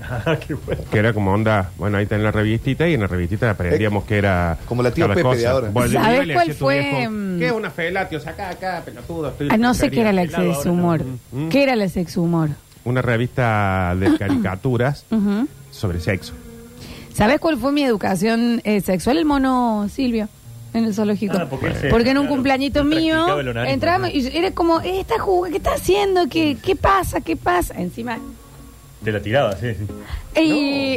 [SPEAKER 2] Ah, qué bueno.
[SPEAKER 4] Que era como onda, bueno, ahí está en la revistita y en la revistita aprendíamos que era.
[SPEAKER 3] Como la tía
[SPEAKER 4] cada
[SPEAKER 3] Pepe de ahora.
[SPEAKER 4] Bueno, yo
[SPEAKER 1] ¿Sabes
[SPEAKER 4] iba y le
[SPEAKER 1] cuál
[SPEAKER 4] decía a tu
[SPEAKER 1] fue,
[SPEAKER 4] viejo,
[SPEAKER 1] mm?
[SPEAKER 4] ¿Qué es una felatio? Saca acá, pelotudo. estoy-
[SPEAKER 1] Ah, no sé qué era el
[SPEAKER 2] pelado
[SPEAKER 1] exceso
[SPEAKER 2] ahora,
[SPEAKER 1] humor.
[SPEAKER 4] ¿no? Mm.
[SPEAKER 1] ¿Qué era el exceso humor?
[SPEAKER 4] Una revista de caricaturas
[SPEAKER 1] Ujú.
[SPEAKER 4] sobre sexo.
[SPEAKER 1] ¿Sabes cuál fue mi educación eh, sexual? El mono Silvio en el zoológico.
[SPEAKER 2] Ah, porque él se-
[SPEAKER 1] en un
[SPEAKER 2] claro,
[SPEAKER 1] cumpleañito
[SPEAKER 2] él
[SPEAKER 1] mío
[SPEAKER 2] practicaba el onanismo,
[SPEAKER 1] entramos
[SPEAKER 2] ¿no?
[SPEAKER 1] y era como, "Eh, está jugando, ¿qué está haciendo? ¿Qué, qué pasa? ¿Qué pasa? Encima.
[SPEAKER 2] Te la tiraba, sí, sí.
[SPEAKER 1] Y,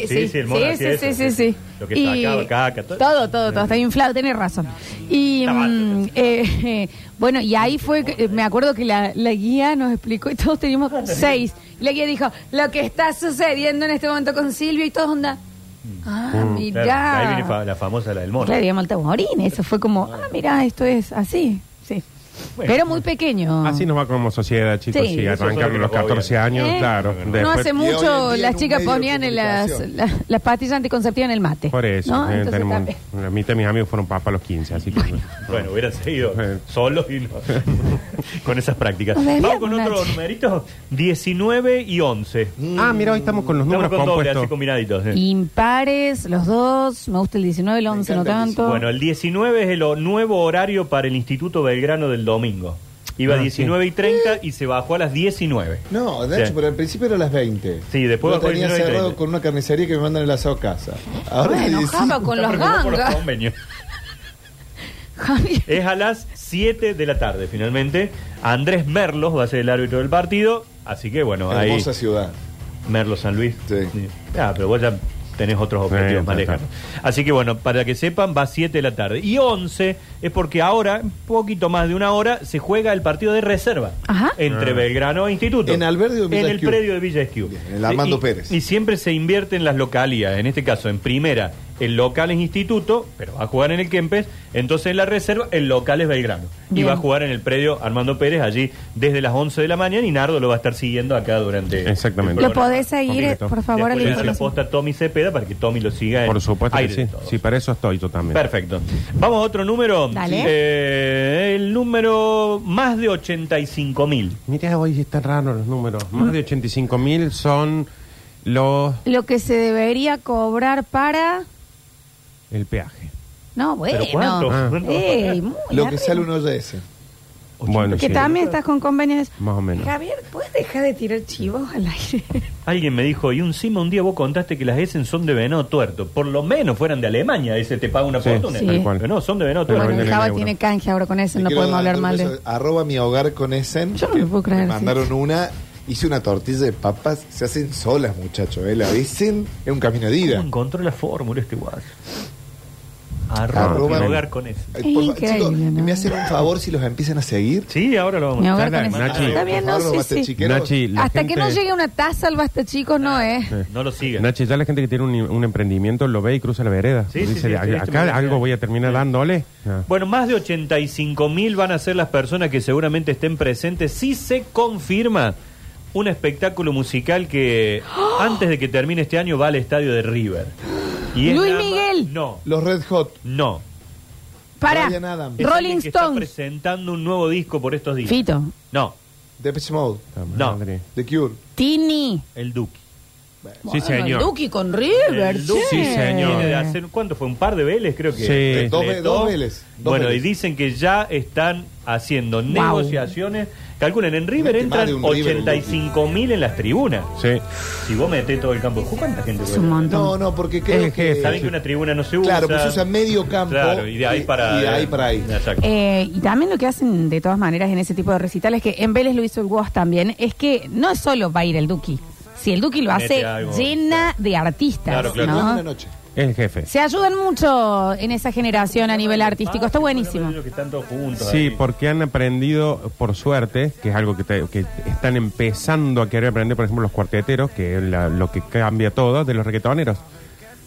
[SPEAKER 2] No. Sí, sí, el mono
[SPEAKER 1] sí,
[SPEAKER 2] hacía
[SPEAKER 1] sí,
[SPEAKER 2] eso,
[SPEAKER 1] sí,
[SPEAKER 2] sí.
[SPEAKER 1] sí.
[SPEAKER 2] Lo que
[SPEAKER 1] Y-
[SPEAKER 2] sacaba, caca,
[SPEAKER 1] todo.
[SPEAKER 2] todo.
[SPEAKER 1] Todo, todo, Está inflado, tenés razón. Y
[SPEAKER 2] Está mal,
[SPEAKER 1] mm,
[SPEAKER 2] tenés.
[SPEAKER 1] eh, bueno, y ahí fue, que- eh, me acuerdo que la, la guía nos explicó y todos teníamos seis. La guía dijo, lo que está sucediendo en este momento con Silvio y todos onda. Ah, mirá.
[SPEAKER 2] Mm. Uh, Claro, ahí viene fa- la famosa, la del mono.
[SPEAKER 1] Claro, digamos el taburín, eso fue como, ah, mirá, esto es así, sí.
[SPEAKER 2] Bueno.
[SPEAKER 1] Pero muy pequeño.
[SPEAKER 4] Así nos va como sociedad, chicos.
[SPEAKER 1] Ah. Sí.
[SPEAKER 4] Sí,
[SPEAKER 1] Eso
[SPEAKER 2] es lo
[SPEAKER 4] arrancaron
[SPEAKER 2] que
[SPEAKER 4] a los
[SPEAKER 2] nos gobierna.
[SPEAKER 4] 14 años,
[SPEAKER 1] ¿Eh?
[SPEAKER 4] claro.
[SPEAKER 1] no
[SPEAKER 4] Después-
[SPEAKER 1] hace
[SPEAKER 3] Y hoy en
[SPEAKER 1] mucho
[SPEAKER 3] día
[SPEAKER 1] las
[SPEAKER 3] en un
[SPEAKER 1] chicas
[SPEAKER 3] medio de
[SPEAKER 1] ponían en las,
[SPEAKER 3] comunicación.
[SPEAKER 1] la- las pastillas anticonceptivas en el mate.
[SPEAKER 4] Por eso,
[SPEAKER 1] ¿no?
[SPEAKER 4] eh,
[SPEAKER 1] Entonces
[SPEAKER 4] tenemos
[SPEAKER 1] también-
[SPEAKER 4] un- la mitad de mis amigos fueron papas a los 15, así que...
[SPEAKER 2] Bueno, hubieran seguido
[SPEAKER 4] Eh.
[SPEAKER 2] solos y no- con esas prácticas.
[SPEAKER 1] Nos
[SPEAKER 2] Vamos
[SPEAKER 1] desviamos,
[SPEAKER 2] con otro
[SPEAKER 1] Nacho.
[SPEAKER 2] numerito: 19 y 11.
[SPEAKER 4] Ah, mira, hoy estamos con los
[SPEAKER 2] Estamos
[SPEAKER 4] números
[SPEAKER 2] con doble, así
[SPEAKER 4] compuestos.
[SPEAKER 2] combinaditos. eh.
[SPEAKER 1] Impares, los dos, me gusta el 19, el 11, no
[SPEAKER 3] encanta el
[SPEAKER 1] tanto.
[SPEAKER 2] Bueno, el 19 es el o- nuevo horario para el Instituto Belgrano del domingo. Iba
[SPEAKER 4] Ah,
[SPEAKER 2] 19 y 30 y se bajó a las 19.
[SPEAKER 3] No, de hecho,
[SPEAKER 2] Sí.
[SPEAKER 3] pero al principio era las 20.
[SPEAKER 2] Sí, después
[SPEAKER 3] Yo
[SPEAKER 2] bajó
[SPEAKER 3] tenía
[SPEAKER 2] 19 y
[SPEAKER 3] cerrado
[SPEAKER 2] 30.
[SPEAKER 3] con una carnicería que me mandan el asado a casa. Ahora
[SPEAKER 1] Bueno,
[SPEAKER 3] es 17.
[SPEAKER 1] Java con
[SPEAKER 2] Está
[SPEAKER 1] los
[SPEAKER 2] preocupado por los
[SPEAKER 1] gangas.
[SPEAKER 2] convenios.
[SPEAKER 1] Javier.
[SPEAKER 2] Es a las 7 de la tarde, finalmente. Andrés Merlos va a ser el árbitro del partido. Así que bueno, ahí.
[SPEAKER 3] Hermosa ciudad.
[SPEAKER 2] Merlos San Luis.
[SPEAKER 3] Sí.
[SPEAKER 2] Ah, pero vos ya tenés otros
[SPEAKER 4] Sí,
[SPEAKER 2] objetivos
[SPEAKER 4] está,
[SPEAKER 2] más lejanos. Así que bueno, para que sepan, va a 7 de la tarde. Y 11 es porque ahora, un poquito más de una hora, se juega el partido de reserva
[SPEAKER 1] Ajá.
[SPEAKER 2] entre Belgrano e Instituto.
[SPEAKER 3] En Alberdi o en Villa
[SPEAKER 2] En el
[SPEAKER 3] Esquiú.
[SPEAKER 2] predio de Villa Esquiú.
[SPEAKER 3] Bien, en el Armando
[SPEAKER 2] Y-
[SPEAKER 3] Pérez.
[SPEAKER 2] Y siempre se invierte en las localidades. En este caso, en primera, el local es Instituto, pero va a jugar en el Kempes. Entonces, en la reserva, el local es Belgrano.
[SPEAKER 1] Bien.
[SPEAKER 2] Y va a jugar en el predio Armando Pérez allí desde las 11 de la mañana y Nardo lo va a estar siguiendo acá durante el
[SPEAKER 4] Exactamente.
[SPEAKER 1] ¿Lo
[SPEAKER 4] Bueno,
[SPEAKER 2] programa.
[SPEAKER 1] podés seguir,
[SPEAKER 4] completo.
[SPEAKER 1] por favor, a la
[SPEAKER 2] Después le hace la
[SPEAKER 1] información?
[SPEAKER 2] posta a Tommy Cepeda para que Tommy lo siga. en
[SPEAKER 4] Por supuesto que
[SPEAKER 2] aire
[SPEAKER 4] sí.
[SPEAKER 2] de todos.
[SPEAKER 4] Sí, para eso estoy yo también.
[SPEAKER 2] Perfecto. Vamos a otro número.
[SPEAKER 1] Dale.
[SPEAKER 2] Eh, el número más de 85 mil.
[SPEAKER 4] Mirá, hoy están raros los números. Más de 85 mil son los...
[SPEAKER 1] Lo que se debería cobrar para...
[SPEAKER 4] el peaje.
[SPEAKER 1] No, bueno.
[SPEAKER 2] ¿Pero cuánto?
[SPEAKER 4] Ah.
[SPEAKER 2] ¿Cuánto?
[SPEAKER 1] Ey, muy
[SPEAKER 3] Lo que
[SPEAKER 1] arriba.
[SPEAKER 3] sale uno ya ese.
[SPEAKER 4] Bueno,
[SPEAKER 1] Que
[SPEAKER 4] sí.
[SPEAKER 1] también estás con convenios.
[SPEAKER 4] Más o menos.
[SPEAKER 1] Javier, ¿puedes dejar de tirar chivos al aire?
[SPEAKER 2] Alguien me dijo, y encima un día vos contaste que las Essen son de venado tuerto. Por lo menos fueran de Alemania, dice, te paga una
[SPEAKER 4] Sí,
[SPEAKER 2] fortuna.
[SPEAKER 1] sí.
[SPEAKER 2] Pero no, son de venado
[SPEAKER 4] Pero
[SPEAKER 1] bueno,
[SPEAKER 2] tuerto.
[SPEAKER 4] venden en
[SPEAKER 1] Java
[SPEAKER 4] euro.
[SPEAKER 1] tiene canje ahora con eso,
[SPEAKER 3] Te
[SPEAKER 1] no
[SPEAKER 3] quiero
[SPEAKER 1] podemos hablar
[SPEAKER 3] mandar un
[SPEAKER 1] mal de
[SPEAKER 3] beso. Arroba mi hogar con Essen.
[SPEAKER 1] Yo no lo puedo creer,
[SPEAKER 3] Me
[SPEAKER 1] sí.
[SPEAKER 3] mandaron una. Hice una tortilla de papas. Se hacen solas, muchachos. ¿eh? La Essen es un camino de
[SPEAKER 2] ¿Cómo
[SPEAKER 3] ida.
[SPEAKER 2] encontró la fórmula este guaso?
[SPEAKER 4] Ah,
[SPEAKER 2] Arroba,
[SPEAKER 3] Arroba-
[SPEAKER 2] mi hogar con eso.
[SPEAKER 3] Ay, por fa-
[SPEAKER 1] Increíble,
[SPEAKER 3] chicos,
[SPEAKER 1] ¿no?
[SPEAKER 3] ¿Me hacen un favor si los empiezan a seguir?
[SPEAKER 2] Sí, ahora lo vamos
[SPEAKER 1] Mi
[SPEAKER 2] a
[SPEAKER 1] hogar
[SPEAKER 4] Dale,
[SPEAKER 1] con eso.
[SPEAKER 4] Nachi.
[SPEAKER 1] Está bien,
[SPEAKER 3] Por
[SPEAKER 1] no,
[SPEAKER 3] favor, los
[SPEAKER 1] sí, sí.
[SPEAKER 3] batechiqueros.
[SPEAKER 4] Nachi, la
[SPEAKER 1] Hasta que no
[SPEAKER 4] gente-
[SPEAKER 1] llegue una taza al basta chicos, no ¿eh? es.
[SPEAKER 2] No lo sigan.
[SPEAKER 4] Nachi, ya la gente que tiene un, un emprendimiento lo ve y cruza la vereda.
[SPEAKER 2] Sí, sí,
[SPEAKER 4] Dice,
[SPEAKER 2] sí, sí,
[SPEAKER 4] "Ac-
[SPEAKER 2] sí, sí,
[SPEAKER 4] acá
[SPEAKER 2] sí, sí.
[SPEAKER 4] algo voy a terminar dándole. Ah.
[SPEAKER 2] Bueno, más de 85 mil van a ser las personas que seguramente estén presentes si se confirma un espectáculo musical que antes de que termine este año va al estadio de River. es
[SPEAKER 1] Luis
[SPEAKER 2] nada más-
[SPEAKER 1] Miguel.
[SPEAKER 2] No,
[SPEAKER 3] Los Red Hot.
[SPEAKER 2] no.
[SPEAKER 1] Para.
[SPEAKER 3] Brian Adams.
[SPEAKER 2] Es
[SPEAKER 1] Rolling
[SPEAKER 2] alguien que está
[SPEAKER 1] Stones.
[SPEAKER 2] presentando un nuevo disco por estos días.
[SPEAKER 1] Fito.
[SPEAKER 2] No,
[SPEAKER 3] Depeche Mode.
[SPEAKER 4] Puta
[SPEAKER 2] No.
[SPEAKER 4] madre.
[SPEAKER 3] The Cure.
[SPEAKER 1] Tini.
[SPEAKER 2] el Duque.
[SPEAKER 4] Sí, señor.
[SPEAKER 1] Duki con River.
[SPEAKER 2] El Duki
[SPEAKER 1] che.
[SPEAKER 4] Sí, señor.
[SPEAKER 2] viene de hacer- ¿Cuánto fue? ¿Un par de Vélez? Creo que.
[SPEAKER 4] Sí.
[SPEAKER 2] le
[SPEAKER 3] Dos ve- dos
[SPEAKER 2] tocó.
[SPEAKER 3] Vélez, dos
[SPEAKER 2] bueno,
[SPEAKER 3] Vélez.
[SPEAKER 2] y dicen que ya están haciendo negociaciones. Calculen, en River
[SPEAKER 3] Mete más
[SPEAKER 2] entran
[SPEAKER 3] de un River, el Duki.
[SPEAKER 2] 85 mil en las tribunas.
[SPEAKER 4] Sí.
[SPEAKER 2] Si vos metés todo el campo de juego, ¿cuánta gente
[SPEAKER 1] Es un
[SPEAKER 2] puede?
[SPEAKER 1] montón.
[SPEAKER 3] No, no, porque creo
[SPEAKER 4] el
[SPEAKER 3] que...
[SPEAKER 4] jefe.
[SPEAKER 2] Saben que una tribuna no se usa.
[SPEAKER 3] Claro, pues usa medio campo.
[SPEAKER 2] Claro, y de ahí para.
[SPEAKER 3] y de ahí para ahí.
[SPEAKER 2] Exacto.
[SPEAKER 1] Eh, y también lo que hacen de todas maneras en ese tipo de recitales, que en Vélez lo hizo el Woz también, es que no solo va a ir el Duki. Si el Duki lo
[SPEAKER 2] Mete
[SPEAKER 1] hace
[SPEAKER 2] algo,
[SPEAKER 1] llena de artistas,
[SPEAKER 2] Claro, claro.
[SPEAKER 1] ¿no?
[SPEAKER 3] Hablamos de la noche.
[SPEAKER 4] Es el jefe.
[SPEAKER 1] Se ayudan mucho en esa generación a nivel artístico. Está buenísimo.
[SPEAKER 2] Que están todos juntos
[SPEAKER 4] Sí,
[SPEAKER 2] ahí.
[SPEAKER 4] porque han aprendido, por suerte, que es algo que, te- que están empezando a querer aprender, por ejemplo, los cuarteteros, que es la- lo que cambia todo de los reggaetoneros.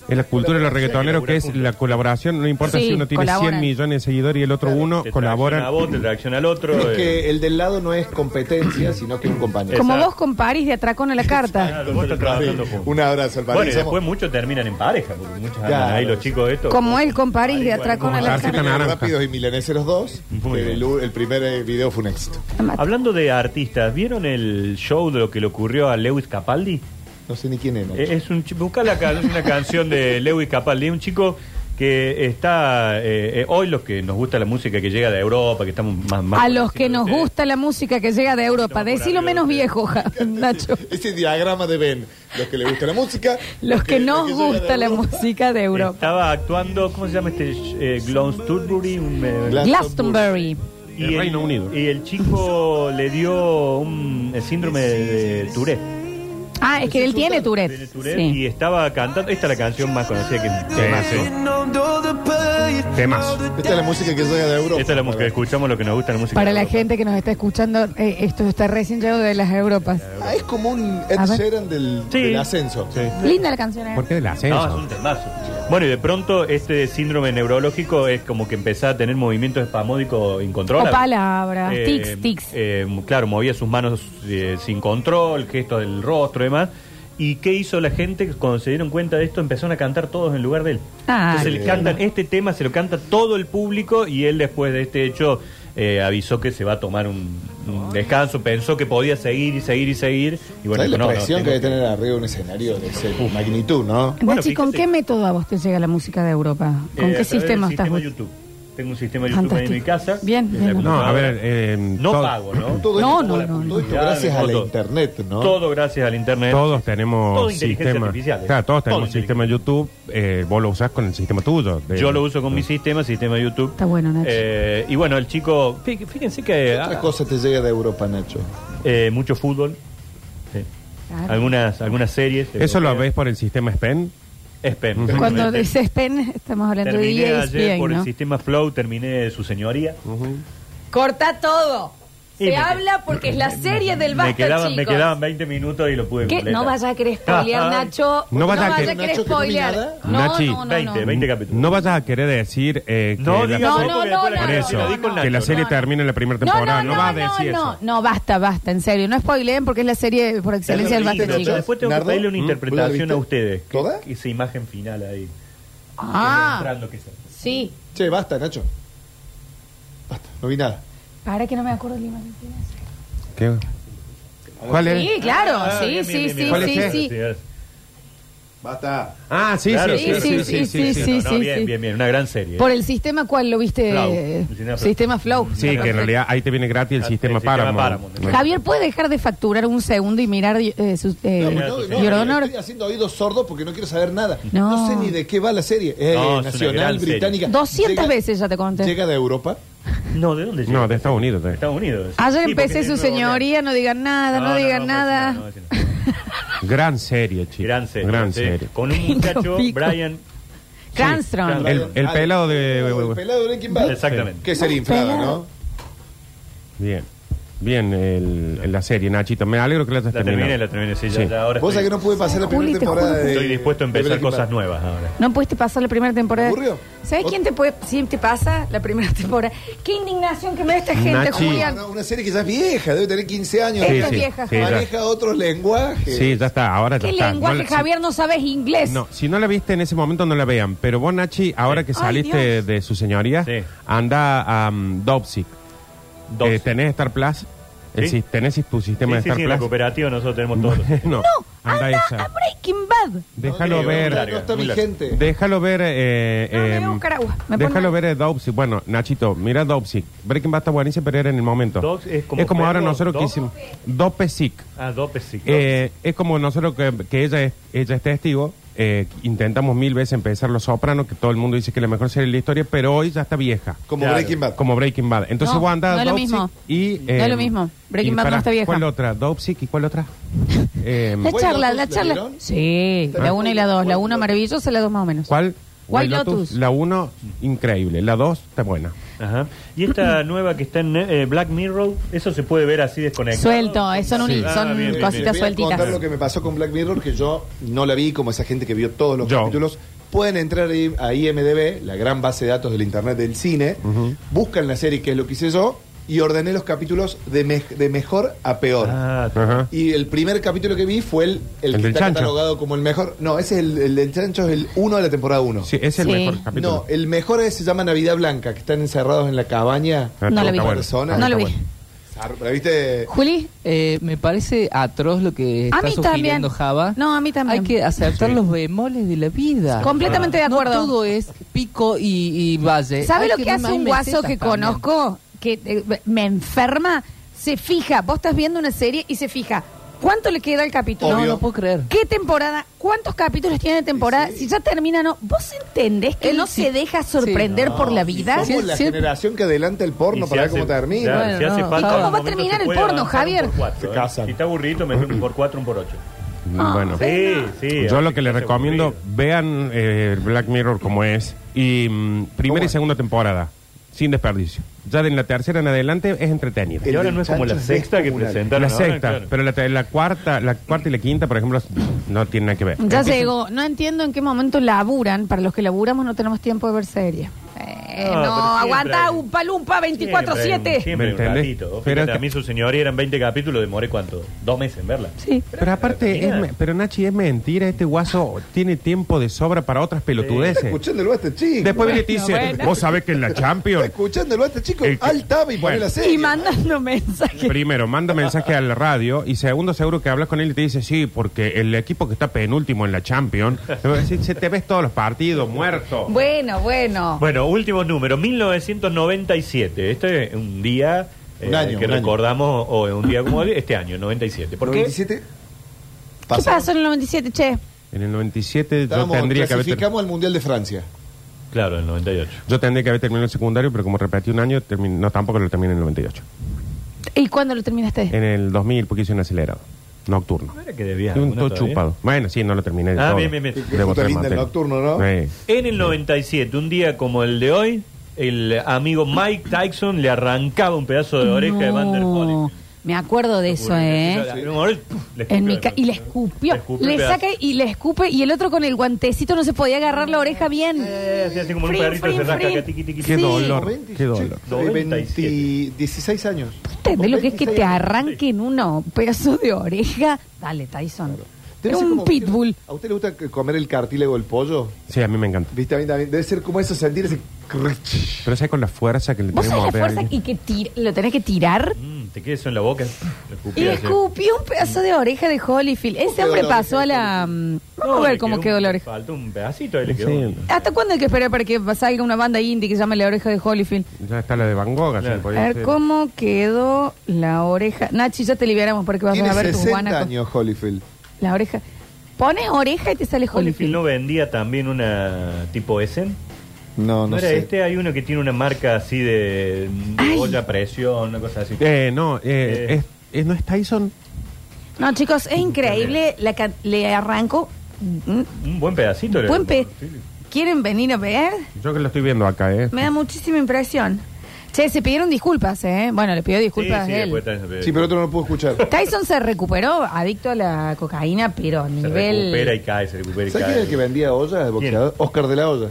[SPEAKER 4] Es la cultura de los reggaetoneros que es
[SPEAKER 2] Colaborar
[SPEAKER 4] la colaboración. No importa
[SPEAKER 1] Sí,
[SPEAKER 4] si uno tiene
[SPEAKER 1] colaboran.
[SPEAKER 4] 100 millones de seguidores y el otro uno,
[SPEAKER 2] Te tracciona a
[SPEAKER 4] colaboran.
[SPEAKER 2] vos, te tracciona al otro.
[SPEAKER 3] Es
[SPEAKER 2] eh.
[SPEAKER 3] que el del lado no es competencia, sino que un compañero.
[SPEAKER 1] Como
[SPEAKER 2] Exacto.
[SPEAKER 1] vos con París de Atracón a la carta.
[SPEAKER 2] Claro, vos estás Ah, trabajando
[SPEAKER 3] Sí,
[SPEAKER 2] juntos.
[SPEAKER 3] un abrazo al París.
[SPEAKER 2] Bueno, y
[SPEAKER 3] Somos-
[SPEAKER 2] después muchos terminan en pareja, porque muchos
[SPEAKER 3] Claro.
[SPEAKER 2] andan ahí los chicos estos.
[SPEAKER 1] Como él con París de
[SPEAKER 2] Igual,
[SPEAKER 1] Atracón
[SPEAKER 2] como
[SPEAKER 1] a la
[SPEAKER 4] Tarcita
[SPEAKER 1] carta.
[SPEAKER 4] Tarjeta naranja.
[SPEAKER 3] Rápidos y Milaneseros 2.
[SPEAKER 2] Muy bien.
[SPEAKER 3] El, el primer eh, video fue un éxito.
[SPEAKER 2] Hablando de artistas, ¿vieron el show de lo que le ocurrió a Lewis Capaldi?
[SPEAKER 3] No sé ni quién era.
[SPEAKER 2] Eh, Es un chico, busca la ca- una canción de Lewis Capaldi, un chico que está eh, eh, hoy los que nos gusta la música que llega de Europa, que estamos más, más
[SPEAKER 1] A los que nos
[SPEAKER 2] ustedes.
[SPEAKER 1] gusta la música que llega de Europa. Decilo menos viejo, ja, Nacho.
[SPEAKER 3] Ese diagrama de Ben. Los que le gusta la música.
[SPEAKER 1] Los que nos
[SPEAKER 3] los que llegan
[SPEAKER 1] gusta
[SPEAKER 3] a
[SPEAKER 1] la
[SPEAKER 3] Europa.
[SPEAKER 1] música de Europa.
[SPEAKER 2] Estaba actuando, ¿cómo se llama este? Eh, Glastonbury, un, eh,
[SPEAKER 3] Gla-
[SPEAKER 1] Glastonbury.
[SPEAKER 2] y
[SPEAKER 4] El Reino Unido.
[SPEAKER 2] Y el chico le dio un el síndrome de, de Tourette.
[SPEAKER 1] Ah, es que él tiene
[SPEAKER 2] Tiene
[SPEAKER 1] Tourette.
[SPEAKER 2] Tourette
[SPEAKER 1] Sí.
[SPEAKER 2] Y estaba cantando. Esta es la canción más conocida que
[SPEAKER 4] Temazo. Temas.
[SPEAKER 3] Esta es la música que llega de Europa. Ah,
[SPEAKER 2] Esta es la música que escuchamos, lo que nos gusta la música.
[SPEAKER 1] Para
[SPEAKER 2] de
[SPEAKER 1] la
[SPEAKER 2] Europa.
[SPEAKER 1] gente que nos está escuchando, eh, esto está recién llegado de las Europas.
[SPEAKER 3] Ah, es como un Ed
[SPEAKER 1] A ver.
[SPEAKER 3] Sheeran del,
[SPEAKER 2] Sí.
[SPEAKER 3] del ascenso.
[SPEAKER 1] Linda la canción. ¿eh?
[SPEAKER 4] ¿Por qué del
[SPEAKER 2] No, es
[SPEAKER 4] ascenso?
[SPEAKER 2] un temazo. Bueno, y de pronto este síndrome neurológico es como que empezaba a tener movimientos espasmódicos incontrolables.
[SPEAKER 1] O palabras, tics, tics.
[SPEAKER 2] eh, claro, movía sus manos eh, sin control, gestos del rostro y demás. ¿Y qué hizo la gente cuando se dieron cuenta de esto? Empezaron a cantar todos en lugar de él.
[SPEAKER 1] Ah,
[SPEAKER 2] Entonces le
[SPEAKER 1] qué
[SPEAKER 2] cantan este tema, se lo canta todo el público y él después de este hecho eh, avisó que se va a tomar un, un descanso, pensó que podía seguir y seguir y seguir. Y bueno,
[SPEAKER 3] ¿Sabes
[SPEAKER 2] dijo,
[SPEAKER 3] la
[SPEAKER 2] no, no,
[SPEAKER 3] presión
[SPEAKER 2] tengo
[SPEAKER 3] que debe
[SPEAKER 2] que-
[SPEAKER 3] tener arriba un escenario de esa magnitud, no?
[SPEAKER 1] Nachi,
[SPEAKER 2] Bueno,
[SPEAKER 1] ¿con
[SPEAKER 2] fíjate.
[SPEAKER 1] qué método a vos te llega la música de Europa? ¿Con
[SPEAKER 2] Eh,
[SPEAKER 1] qué
[SPEAKER 2] a través del
[SPEAKER 1] sistema estás?
[SPEAKER 2] sistema
[SPEAKER 1] vos?
[SPEAKER 2] YouTube. Tengo un sistema YouTube
[SPEAKER 1] Fantástico.
[SPEAKER 2] ahí en mi casa.
[SPEAKER 1] Bien,
[SPEAKER 2] en la
[SPEAKER 1] bien.
[SPEAKER 4] No, a
[SPEAKER 2] computadora.
[SPEAKER 4] ver. eh,
[SPEAKER 2] No
[SPEAKER 4] to-
[SPEAKER 2] pago, ¿no?
[SPEAKER 3] Todo
[SPEAKER 1] No,
[SPEAKER 3] esto-
[SPEAKER 1] no, no,
[SPEAKER 3] todo esto
[SPEAKER 2] no.
[SPEAKER 3] gracias a la
[SPEAKER 2] Todo.
[SPEAKER 3] internet, ¿no?
[SPEAKER 2] Todo gracias al internet.
[SPEAKER 4] Todos tenemos
[SPEAKER 2] Todo inteligencia
[SPEAKER 4] sistema.
[SPEAKER 2] artificial, ¿eh?
[SPEAKER 4] Claro, todos
[SPEAKER 2] Todo
[SPEAKER 4] tenemos sistema YouTube. eh, vos lo usás con el sistema tuyo. de-
[SPEAKER 2] Yo lo uso con mi sistema, sistema YouTube.
[SPEAKER 1] Está bueno, Nacho.
[SPEAKER 2] Eh, y bueno, el chico, fí- fíjense que
[SPEAKER 3] ¿Qué otra
[SPEAKER 2] ah,
[SPEAKER 3] cosa te llega de Europa, Nacho?
[SPEAKER 2] eh, mucho fútbol, Sí.
[SPEAKER 1] Claro.
[SPEAKER 2] algunas algunas series.
[SPEAKER 4] ¿Eso lo
[SPEAKER 2] europeas.
[SPEAKER 4] ves por el sistema SPEN?
[SPEAKER 2] Espen.
[SPEAKER 1] Cuando
[SPEAKER 2] Espen.
[SPEAKER 1] dices pen, estamos hablando
[SPEAKER 2] terminé
[SPEAKER 1] de
[SPEAKER 2] ayer
[SPEAKER 1] ESPN,
[SPEAKER 2] por
[SPEAKER 1] ¿no?
[SPEAKER 2] el sistema Flow, terminé su señoría.
[SPEAKER 1] Corta todo.
[SPEAKER 2] Y
[SPEAKER 1] Se
[SPEAKER 2] me-
[SPEAKER 1] habla porque es la serie del
[SPEAKER 2] me,
[SPEAKER 1] Basta,
[SPEAKER 2] quedaban,
[SPEAKER 1] chicos.
[SPEAKER 2] me quedaban 20 minutos y lo pude
[SPEAKER 1] ¿Qué?
[SPEAKER 2] completar.
[SPEAKER 1] No vayas a querer spoilear, Nacho.
[SPEAKER 4] No vayas a
[SPEAKER 1] vayas a
[SPEAKER 4] querer-
[SPEAKER 1] querer
[SPEAKER 3] Nacho, que no vi
[SPEAKER 1] spoilear.
[SPEAKER 3] nada.
[SPEAKER 1] No,
[SPEAKER 4] Nachi,
[SPEAKER 1] no, no, no.
[SPEAKER 2] 20, 20 capítulos.
[SPEAKER 4] No vas a querer decir eh, que
[SPEAKER 2] No,
[SPEAKER 4] la-
[SPEAKER 2] digas
[SPEAKER 1] No, no,
[SPEAKER 2] porque
[SPEAKER 1] no,
[SPEAKER 2] después
[SPEAKER 1] no,
[SPEAKER 2] la gente
[SPEAKER 4] Por
[SPEAKER 2] lo
[SPEAKER 4] eso,
[SPEAKER 2] dijo
[SPEAKER 4] que
[SPEAKER 2] Nacho.
[SPEAKER 4] la serie
[SPEAKER 1] no.
[SPEAKER 4] termine en la primera
[SPEAKER 1] No,
[SPEAKER 4] temporada.
[SPEAKER 1] no,
[SPEAKER 4] No,
[SPEAKER 1] no,
[SPEAKER 4] vas a
[SPEAKER 1] no,
[SPEAKER 4] decir
[SPEAKER 1] no,
[SPEAKER 4] eso.
[SPEAKER 1] no, basta, basta, en serio. No spoileen porque es la serie por excelencia del Basta,
[SPEAKER 3] Nardo,
[SPEAKER 2] Pero
[SPEAKER 1] chicos.
[SPEAKER 2] Después tengo
[SPEAKER 3] Nardo,
[SPEAKER 2] que pedirle una
[SPEAKER 3] ¿Mm? ¿Vos la
[SPEAKER 2] interpretación
[SPEAKER 3] viste?
[SPEAKER 2] a ustedes. Que-
[SPEAKER 3] ¿Toda?
[SPEAKER 2] que Esa imagen final ahí.
[SPEAKER 1] Ah,
[SPEAKER 2] Mostrando que se-
[SPEAKER 1] sí.
[SPEAKER 3] Che, basta, Nacho. Basta, no vi nada.
[SPEAKER 1] Para que no me acuerdo la imagen.
[SPEAKER 4] ¿Qué? ¿Cuál es?
[SPEAKER 1] Sí, claro,
[SPEAKER 2] Ah,
[SPEAKER 1] sí,
[SPEAKER 2] bien, bien,
[SPEAKER 1] sí,
[SPEAKER 2] bien, este?
[SPEAKER 1] sí,
[SPEAKER 2] bien.
[SPEAKER 4] ¿Cuál
[SPEAKER 1] sí,
[SPEAKER 4] es
[SPEAKER 1] sí.
[SPEAKER 3] Basta.
[SPEAKER 4] Ah, sí,
[SPEAKER 2] Claro,
[SPEAKER 4] sí,
[SPEAKER 2] claro,
[SPEAKER 4] sí, sí, sí, sí, sí.
[SPEAKER 1] sí,
[SPEAKER 2] No, no,
[SPEAKER 1] sí, sí.
[SPEAKER 2] Bien, bien, bien. Una gran serie.
[SPEAKER 1] Por el sistema, ¿cuál lo viste?
[SPEAKER 2] Flow.
[SPEAKER 1] Eh,
[SPEAKER 2] El sistema Flow.
[SPEAKER 1] sistema Flow.
[SPEAKER 4] Sí, que en realidad ahí te viene gratis el
[SPEAKER 2] El
[SPEAKER 4] sistema
[SPEAKER 2] sistema
[SPEAKER 4] Paramount.
[SPEAKER 2] Paramount.
[SPEAKER 4] Bueno.
[SPEAKER 1] Javier, ¿puede dejar de facturar un segundo y mirar eh, su, eh,
[SPEAKER 3] No, no, no,
[SPEAKER 1] Your
[SPEAKER 3] no,
[SPEAKER 1] Honor?
[SPEAKER 3] estoy haciendo oídos sordos porque no quiero saber nada.
[SPEAKER 1] No.
[SPEAKER 3] No, sé ni de qué va la serie. Eh,
[SPEAKER 2] No, es una
[SPEAKER 3] nacional,
[SPEAKER 2] gran serie.
[SPEAKER 3] británica.
[SPEAKER 1] 200
[SPEAKER 3] Llega-
[SPEAKER 1] veces ya te conté.
[SPEAKER 3] Llega de Europa.
[SPEAKER 2] No, ¿de dónde llega?
[SPEAKER 4] No, de Estados Unidos.
[SPEAKER 2] De
[SPEAKER 4] eh.
[SPEAKER 2] Estados Unidos.
[SPEAKER 1] Ayer
[SPEAKER 2] Sí, porque
[SPEAKER 1] empecé
[SPEAKER 2] tiene
[SPEAKER 1] su
[SPEAKER 2] Nueva Orleans.
[SPEAKER 1] señoría, no digan nada, no, digan
[SPEAKER 2] no,
[SPEAKER 1] nada.
[SPEAKER 2] no, no, no, no.
[SPEAKER 4] Gran serie, chico.
[SPEAKER 2] Gran serie.
[SPEAKER 4] Gran
[SPEAKER 2] sí.
[SPEAKER 4] serie.
[SPEAKER 2] Con un muchacho,
[SPEAKER 1] Pico, pico.
[SPEAKER 2] Brian.
[SPEAKER 1] Cranstrom.
[SPEAKER 2] claro.
[SPEAKER 4] El, el
[SPEAKER 3] Ah,
[SPEAKER 4] pelado
[SPEAKER 3] El
[SPEAKER 4] de...
[SPEAKER 3] pelado de Breaking Bad.
[SPEAKER 2] Exactamente.
[SPEAKER 3] Que ser inflada, ¿no?
[SPEAKER 4] Bien. Bien, el, el- la serie, Nachito. Me alegro que la hayas
[SPEAKER 2] La terminé,
[SPEAKER 4] terminado.
[SPEAKER 2] la terminé. Sí, ya,
[SPEAKER 4] Sí.
[SPEAKER 2] ya ahora
[SPEAKER 3] Vos sabés
[SPEAKER 2] estoy,
[SPEAKER 3] que no pude pasar la primera
[SPEAKER 1] Juli, te
[SPEAKER 3] temporada
[SPEAKER 1] juro.
[SPEAKER 3] de.
[SPEAKER 2] estoy dispuesto a
[SPEAKER 3] de
[SPEAKER 2] empezar
[SPEAKER 3] Breaking
[SPEAKER 2] cosas
[SPEAKER 3] Bad.
[SPEAKER 2] nuevas ahora.
[SPEAKER 1] No pudiste pasar la primera temporada.
[SPEAKER 3] ¿Te aburrió?
[SPEAKER 1] ¿Sabes quién te puede, si te pasa la primera temporada? Qué indignación que me da esta gente,
[SPEAKER 4] Nachi.
[SPEAKER 1] Julián.
[SPEAKER 3] No, una serie que ya es vieja, debe tener 15 años.
[SPEAKER 1] Esta
[SPEAKER 4] Sí,
[SPEAKER 1] es
[SPEAKER 4] sí,
[SPEAKER 1] vieja.
[SPEAKER 4] sí, ya.
[SPEAKER 3] Maneja otros lenguajes.
[SPEAKER 4] Sí, ya está, ahora ya
[SPEAKER 1] ¿Qué
[SPEAKER 4] está. No
[SPEAKER 1] lenguaje,
[SPEAKER 4] la- si-
[SPEAKER 1] Javier? No sabes inglés.
[SPEAKER 4] No, si no la viste en ese momento, no la vean. Pero vos, Nachi, ahora que
[SPEAKER 1] Ay,
[SPEAKER 4] saliste
[SPEAKER 1] Dios.
[SPEAKER 4] de su señoría,
[SPEAKER 2] Sí.
[SPEAKER 4] anda a um, Dopsic.
[SPEAKER 2] Dos.
[SPEAKER 4] Eh, ¿Tenés Star Plus? El
[SPEAKER 2] Sí.
[SPEAKER 4] si- ¿Tenés tu
[SPEAKER 2] Sí,
[SPEAKER 4] sistema de
[SPEAKER 2] sí,
[SPEAKER 4] Star
[SPEAKER 2] sí, en la
[SPEAKER 4] Plus?
[SPEAKER 2] cooperativa nosotros tenemos todos. los-
[SPEAKER 4] no,
[SPEAKER 1] Anda, a Ah, Breaking Bad.
[SPEAKER 4] Déjalo
[SPEAKER 2] Sí,
[SPEAKER 4] ver.
[SPEAKER 2] muy
[SPEAKER 3] Ya
[SPEAKER 2] larga,
[SPEAKER 3] no está
[SPEAKER 2] muy larga.
[SPEAKER 3] vigente.
[SPEAKER 4] Déjalo ver. eh,
[SPEAKER 1] No, me
[SPEAKER 4] eh,
[SPEAKER 1] voy a buscar agua. Me
[SPEAKER 4] déjalo
[SPEAKER 1] pongo-
[SPEAKER 4] ver eh, Dopsic. Bueno, Nachito, mira Dopsic. Breaking Bad está buenísimo, pero era en el momento.
[SPEAKER 2] Dops es como perro,
[SPEAKER 4] ahora nosotros
[SPEAKER 2] Dop-
[SPEAKER 4] que hicimos. Dopesic.
[SPEAKER 2] Ah, Dope sí.
[SPEAKER 4] Eh, es como nosotros que, que ella, es, ella es testigo. eh, intentamos mil veces empezar Los Sopranos, que todo el mundo dice que es la mejor serie de la historia, pero hoy ya está vieja.
[SPEAKER 3] Como
[SPEAKER 2] Claro.
[SPEAKER 3] Breaking Bad.
[SPEAKER 4] Como Breaking Bad. Entonces
[SPEAKER 1] No,
[SPEAKER 4] vos
[SPEAKER 1] no
[SPEAKER 4] andás
[SPEAKER 1] es
[SPEAKER 4] a
[SPEAKER 1] lo
[SPEAKER 4] Dopesic
[SPEAKER 1] mismo.
[SPEAKER 4] y.
[SPEAKER 1] No es lo mismo. Breaking
[SPEAKER 4] y
[SPEAKER 1] Bad no
[SPEAKER 4] pará,
[SPEAKER 1] está vieja.
[SPEAKER 4] ¿Cuál otra? Dopesic y cuál otra? Eh,
[SPEAKER 1] La
[SPEAKER 3] Bueno,
[SPEAKER 1] charla, la
[SPEAKER 3] ¿la
[SPEAKER 1] charla.
[SPEAKER 3] vieron?
[SPEAKER 1] Sí, la 1 y la 2. La 1 maravillosa, la 2 más o menos.
[SPEAKER 4] ¿Cuál?
[SPEAKER 1] White
[SPEAKER 4] White Lotus,
[SPEAKER 1] Lotus.
[SPEAKER 4] La 1, increíble. La 2, está buena.
[SPEAKER 2] Ajá. Y esta nueva que está en eh, Black Mirror, eso se puede ver así desconectado.
[SPEAKER 1] Suelto, eh, son, un-
[SPEAKER 4] Sí.
[SPEAKER 1] son
[SPEAKER 2] Ah, bien, bien,
[SPEAKER 1] cositas
[SPEAKER 3] Les voy a
[SPEAKER 1] sueltitas.
[SPEAKER 3] contar lo que me pasó con Black Mirror, que yo no la vi, como esa gente que vio todos los
[SPEAKER 4] Yo.
[SPEAKER 3] capítulos. Pueden entrar ahí a IMDB, la gran base de datos del Internet del cine, buscan la serie, que es lo que hice yo, y ordené los capítulos de, me- de mejor a peor.
[SPEAKER 2] Ah,
[SPEAKER 4] Ajá.
[SPEAKER 3] Y el primer capítulo que vi fue el, el,
[SPEAKER 4] El
[SPEAKER 3] que
[SPEAKER 4] del
[SPEAKER 3] está
[SPEAKER 4] chancho.
[SPEAKER 3] catalogado como el mejor. No, ese es el, el del chancho, es el uno de la temporada 1.
[SPEAKER 4] Sí, es el
[SPEAKER 1] Sí.
[SPEAKER 4] mejor capítulo.
[SPEAKER 3] No, eh, el mejor es- se llama Navidad Blanca, que están encerrados en la cabaña.
[SPEAKER 1] No
[SPEAKER 4] Ah, está
[SPEAKER 1] la vi.
[SPEAKER 4] bueno, está
[SPEAKER 3] Persona.
[SPEAKER 1] No la vi.
[SPEAKER 4] está bueno.
[SPEAKER 3] Zar- ¿La viste?
[SPEAKER 1] Juli,
[SPEAKER 5] Eh, me parece atroz lo que
[SPEAKER 1] A
[SPEAKER 5] está
[SPEAKER 1] mí también.
[SPEAKER 5] sugiriendo Java.
[SPEAKER 1] No, a mí también.
[SPEAKER 5] Hay que aceptar los bemoles de la vida.
[SPEAKER 1] completamente de acuerdo.
[SPEAKER 5] No todo es pico y, y valle.
[SPEAKER 1] ¿Sabe
[SPEAKER 5] Hay
[SPEAKER 1] lo Eh, que,
[SPEAKER 5] ver-
[SPEAKER 1] hace
[SPEAKER 5] hay
[SPEAKER 1] un guaso
[SPEAKER 5] mesetas
[SPEAKER 1] que
[SPEAKER 5] también.
[SPEAKER 1] conozco que eh, me enferma? Se fija, vos estás viendo una serie y se fija, ¿cuánto le queda al capítulo?
[SPEAKER 5] No,
[SPEAKER 3] Obvio.
[SPEAKER 5] no puedo creer.
[SPEAKER 1] ¿Qué temporada? ¿Cuántos capítulos tiene de temporada? Si ya termina, no. ¿Vos entendés que
[SPEAKER 5] Él
[SPEAKER 1] no
[SPEAKER 5] sí-
[SPEAKER 1] se deja sorprender
[SPEAKER 5] sí, no.
[SPEAKER 1] por la
[SPEAKER 3] Y
[SPEAKER 1] vida?
[SPEAKER 5] Sí,
[SPEAKER 3] Somos la
[SPEAKER 5] sí.
[SPEAKER 3] generación que adelanta el porno
[SPEAKER 2] Y
[SPEAKER 3] para
[SPEAKER 2] se
[SPEAKER 3] ver cómo
[SPEAKER 2] hace-
[SPEAKER 3] termina.
[SPEAKER 2] ya,
[SPEAKER 5] Bueno,
[SPEAKER 2] se hace
[SPEAKER 5] no,
[SPEAKER 2] falta,
[SPEAKER 5] ¿cómo
[SPEAKER 2] en
[SPEAKER 5] va a
[SPEAKER 2] un momento
[SPEAKER 1] terminar
[SPEAKER 2] se
[SPEAKER 1] el
[SPEAKER 2] puede
[SPEAKER 1] porno,
[SPEAKER 2] avanzar un
[SPEAKER 1] Javier?
[SPEAKER 2] por cuatro,
[SPEAKER 3] Se
[SPEAKER 2] ¿eh?
[SPEAKER 3] casan.
[SPEAKER 2] Si está aburrido, me un por cuatro, un por ocho.
[SPEAKER 1] Ah,
[SPEAKER 4] Mm, Bueno.
[SPEAKER 2] Sí, sí.
[SPEAKER 4] Yo lo
[SPEAKER 2] así
[SPEAKER 4] que les
[SPEAKER 2] está
[SPEAKER 4] recomiendo,
[SPEAKER 2] aburrido.
[SPEAKER 4] vean eh, Black Mirror como es. Y mm, primera y
[SPEAKER 3] es?
[SPEAKER 4] segunda temporada, sin desperdicio. Ya de la tercera en adelante es entretenida.
[SPEAKER 2] Y ahora no es como la
[SPEAKER 3] Chanchos
[SPEAKER 2] sexta que
[SPEAKER 3] descomunales.
[SPEAKER 2] presentaron.
[SPEAKER 4] la
[SPEAKER 2] ahora,
[SPEAKER 4] sexta,
[SPEAKER 2] Eh, claro.
[SPEAKER 4] pero la, te- la cuarta, la cuarta y la quinta, por ejemplo, no tienen nada que ver.
[SPEAKER 1] Ya
[SPEAKER 4] Empiezan-
[SPEAKER 1] llegó. No entiendo en qué momento laburan. Para los que laburamos no tenemos tiempo de ver serie. Eh,
[SPEAKER 2] No,
[SPEAKER 1] no,
[SPEAKER 2] pero siempre
[SPEAKER 1] aguanta
[SPEAKER 2] hay-
[SPEAKER 1] un palumpa
[SPEAKER 2] Siempre hay un-
[SPEAKER 1] 24-7.
[SPEAKER 2] Siempre hay un
[SPEAKER 4] ¿Me entendés?
[SPEAKER 2] ratito. Vos
[SPEAKER 4] Pero
[SPEAKER 2] fíjate,
[SPEAKER 4] es
[SPEAKER 2] a
[SPEAKER 4] que-
[SPEAKER 2] mí su señoría eran 20 capítulos, demoré cuánto? Dos meses en verla.
[SPEAKER 1] Sí.
[SPEAKER 4] Pero aparte, es
[SPEAKER 2] Mira.
[SPEAKER 4] me- pero Nachi, es mentira, este guaso tiene tiempo de sobra para otras
[SPEAKER 3] Está
[SPEAKER 4] pelotudeces.
[SPEAKER 3] escuchándolo a este chico.
[SPEAKER 4] Después viene y te
[SPEAKER 1] Bueno,
[SPEAKER 4] dice,
[SPEAKER 1] bueno.
[SPEAKER 4] vos sabés que en la
[SPEAKER 3] Está
[SPEAKER 4] Champions...
[SPEAKER 3] escuchándolo a este chico.
[SPEAKER 4] El que-
[SPEAKER 3] Alta y pone
[SPEAKER 4] Bueno.
[SPEAKER 3] la serie.
[SPEAKER 1] Y mandando mensajes.
[SPEAKER 4] Primero, manda mensaje a la radio y segundo, seguro que hablas con él y te dice, sí, porque el equipo que está penúltimo en la Champions, le voy a decir, se te ves todos los partidos, muerto.
[SPEAKER 1] Bueno, bueno.
[SPEAKER 2] Bueno, últimos números, 1997. Este es un día eh,
[SPEAKER 3] Un año,
[SPEAKER 2] que
[SPEAKER 3] un año.
[SPEAKER 2] recordamos, o un día como hoy, este año, 97. ¿Por qué?
[SPEAKER 3] 97.
[SPEAKER 1] ¿Qué
[SPEAKER 3] Pasamos.
[SPEAKER 1] pasó en el 97, che?
[SPEAKER 4] En el 97
[SPEAKER 3] Estábamos-
[SPEAKER 4] yo tendría que haber... ter-
[SPEAKER 3] clasificamos al Mundial de Francia.
[SPEAKER 2] Claro, el 98.
[SPEAKER 4] Yo tendría que haber terminado el secundario, pero como repetí un año, termi- no, tampoco lo terminé en el 98.
[SPEAKER 1] ¿Y cuándo lo terminaste?
[SPEAKER 4] En el 2000, porque hice un acelerado, nocturno.
[SPEAKER 2] ¿No era que debías
[SPEAKER 4] Un
[SPEAKER 2] alguna
[SPEAKER 4] todo
[SPEAKER 2] todavía?
[SPEAKER 4] chupado. Bueno, sí, no lo terminé.
[SPEAKER 2] Ah,
[SPEAKER 4] todo.
[SPEAKER 2] bien, bien, bien. Qué
[SPEAKER 4] Debo
[SPEAKER 3] puta
[SPEAKER 4] tener
[SPEAKER 3] linda el
[SPEAKER 4] materia.
[SPEAKER 3] nocturno, ¿no?
[SPEAKER 4] Sí.
[SPEAKER 2] En el 97, un día como el de hoy, el amigo Mike Tyson le arrancaba un pedazo de oreja de Van der Poel.
[SPEAKER 1] me acuerdo de eso, ¿eh?
[SPEAKER 2] Le- le- le-
[SPEAKER 1] En mi ca- y le
[SPEAKER 2] Le
[SPEAKER 1] escupió.
[SPEAKER 2] escupió
[SPEAKER 1] Le
[SPEAKER 2] el pedazo.
[SPEAKER 1] saca y le escupe. Y el otro con el guantecito no se podía agarrar la oreja bien.
[SPEAKER 2] Eh, así, así como un
[SPEAKER 1] Frin,
[SPEAKER 2] perrito
[SPEAKER 1] frin,
[SPEAKER 2] se rasca
[SPEAKER 1] frin.
[SPEAKER 2] acá, tiqui, tiqui,
[SPEAKER 4] Qué
[SPEAKER 2] tiqui.
[SPEAKER 4] dolor. Qué
[SPEAKER 3] 97,
[SPEAKER 4] dolor.
[SPEAKER 3] eh,
[SPEAKER 2] 97.
[SPEAKER 3] 20 16 años.
[SPEAKER 1] ¿Entendés lo que es que te
[SPEAKER 3] 26 años.
[SPEAKER 1] arranquen uno pedazo de oreja? Dale, Tyson.
[SPEAKER 3] Debe ser
[SPEAKER 1] un
[SPEAKER 3] como-
[SPEAKER 1] pitbull.
[SPEAKER 3] ¿A usted le gusta que- comer el cartílago del pollo?
[SPEAKER 4] Sí, a mí me encanta.
[SPEAKER 3] Viste, a mí también. Debe ser como eso, sentir ese... crunch.
[SPEAKER 4] Pero ¿sabes con la fuerza que le
[SPEAKER 1] Vos sabés
[SPEAKER 4] tenemos
[SPEAKER 1] la fuerza
[SPEAKER 4] alguien?
[SPEAKER 1] y que tir- lo tenés que tirar.
[SPEAKER 2] Mm, te queda eso en la boca. Le escupí
[SPEAKER 1] Y le
[SPEAKER 2] así.
[SPEAKER 1] escupió un pedazo de oreja de Holyfield. Ese
[SPEAKER 3] quedó
[SPEAKER 1] hombre
[SPEAKER 3] la oreja
[SPEAKER 1] pasó a
[SPEAKER 3] de
[SPEAKER 1] la. mm, Vamos
[SPEAKER 2] No,
[SPEAKER 1] a ver
[SPEAKER 2] le
[SPEAKER 1] cómo quedó
[SPEAKER 2] un-
[SPEAKER 1] la oreja.
[SPEAKER 2] Faltó un pedacito, ahí le quedó.
[SPEAKER 4] Sí.
[SPEAKER 1] ¿Hasta cuándo hay que esperar para que salga una banda indie que llame la oreja de Holyfield?
[SPEAKER 4] Ya está la de Van Gogh, así
[SPEAKER 2] Claro.
[SPEAKER 4] que
[SPEAKER 1] A
[SPEAKER 4] podía
[SPEAKER 1] ver
[SPEAKER 4] ser.
[SPEAKER 1] cómo quedó la oreja. Nachi, ya te liberamos porque vas
[SPEAKER 3] Tiene
[SPEAKER 1] a ver tus
[SPEAKER 3] 60
[SPEAKER 1] guanacos.
[SPEAKER 3] años, Holyfield.
[SPEAKER 1] La oreja. Pones oreja y te sale
[SPEAKER 2] Holyfield
[SPEAKER 1] Holyfield.
[SPEAKER 2] no vendía también una tipo Essen.
[SPEAKER 3] No,
[SPEAKER 2] No,
[SPEAKER 3] no
[SPEAKER 2] era
[SPEAKER 3] sé.
[SPEAKER 2] este, hay uno que tiene una marca así de, de
[SPEAKER 1] Ay.
[SPEAKER 2] olla a presión, una cosa así.
[SPEAKER 4] Eh, no, eh,
[SPEAKER 2] Eh.
[SPEAKER 4] Es, es- ¿no es Tyson?
[SPEAKER 1] No, chicos, es increíble. La ca- le arranco. Mm,
[SPEAKER 2] Un buen pedacito. le-
[SPEAKER 1] Buen pe-
[SPEAKER 2] Sí.
[SPEAKER 1] ¿Quieren venir a ver?
[SPEAKER 4] Yo que lo estoy viendo acá, ¿eh?
[SPEAKER 1] Me da muchísima impresión. Che, se pidieron disculpas, ¿eh? Bueno, le pidió disculpas
[SPEAKER 2] Sí, sí,
[SPEAKER 1] a
[SPEAKER 2] después
[SPEAKER 1] él.
[SPEAKER 2] está ese
[SPEAKER 3] Sí, pero otro no lo puedo escuchar.
[SPEAKER 1] Tyson se recuperó adicto a la cocaína, pero a
[SPEAKER 2] Se
[SPEAKER 1] nivel.
[SPEAKER 2] recupera y cae, se recupera y
[SPEAKER 3] ¿Sabes quién
[SPEAKER 2] cae.
[SPEAKER 3] era el que vendía ollas de boxeador? Oscar de la Olla.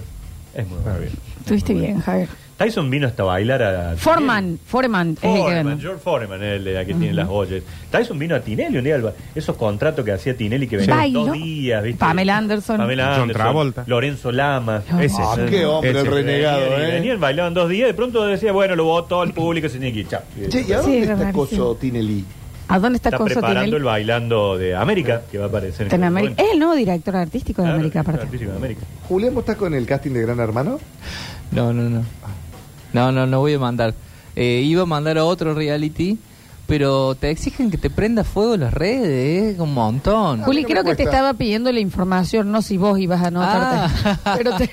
[SPEAKER 2] Es muy bien.
[SPEAKER 1] Estuviste bien, Javier.
[SPEAKER 2] Tyson vino hasta bailar a...
[SPEAKER 1] Foreman, Foreman es el que
[SPEAKER 2] Foreman,
[SPEAKER 1] ganó.
[SPEAKER 2] George Foreman es el de la que tiene las ollas. Tyson vino a Tinelli un día, al ba- esos contratos que hacía Tinelli que venían
[SPEAKER 1] Bailó.
[SPEAKER 2] dos días, ¿viste?
[SPEAKER 1] Pamela Anderson.
[SPEAKER 2] Pamela
[SPEAKER 4] John
[SPEAKER 2] Anderson,
[SPEAKER 4] Travolta.
[SPEAKER 2] Lorenzo Lama.
[SPEAKER 4] Ese.
[SPEAKER 3] Ah, qué hombre
[SPEAKER 4] Ese.
[SPEAKER 3] el renegado,
[SPEAKER 2] venían, y
[SPEAKER 3] ¿eh?
[SPEAKER 2] venían, bailaban dos días, de pronto decía, bueno, lo votó el público, se tiene que ir, chao.
[SPEAKER 3] Che, ¿y a
[SPEAKER 1] Sí,
[SPEAKER 3] dónde
[SPEAKER 1] es
[SPEAKER 3] está
[SPEAKER 1] rarísimo.
[SPEAKER 3] Coso Tinelli?
[SPEAKER 1] ¿A dónde está,
[SPEAKER 2] Está
[SPEAKER 1] Coso
[SPEAKER 2] preparando
[SPEAKER 1] Tinelli?
[SPEAKER 2] el bailando de América, que va a aparecer
[SPEAKER 1] Está en
[SPEAKER 2] cualquier
[SPEAKER 1] América.
[SPEAKER 2] momento.
[SPEAKER 1] Es el nuevo director artístico de
[SPEAKER 2] Claro,
[SPEAKER 1] América,
[SPEAKER 2] el
[SPEAKER 1] aparte.
[SPEAKER 2] artístico de América.
[SPEAKER 3] Julián, ¿vos estás con el casting de Gran Hermano?
[SPEAKER 5] No, no, no. No, no, no voy a mandar. Eh, iba a mandar a otro reality, pero te exigen que te prenda fuego las redes, eh, un montón.
[SPEAKER 1] Juli,
[SPEAKER 3] no me
[SPEAKER 1] creo que te
[SPEAKER 3] cuesta.
[SPEAKER 1] estaba pidiendo la información, no si vos ibas a anotarte.
[SPEAKER 5] Ah.
[SPEAKER 1] Pero te-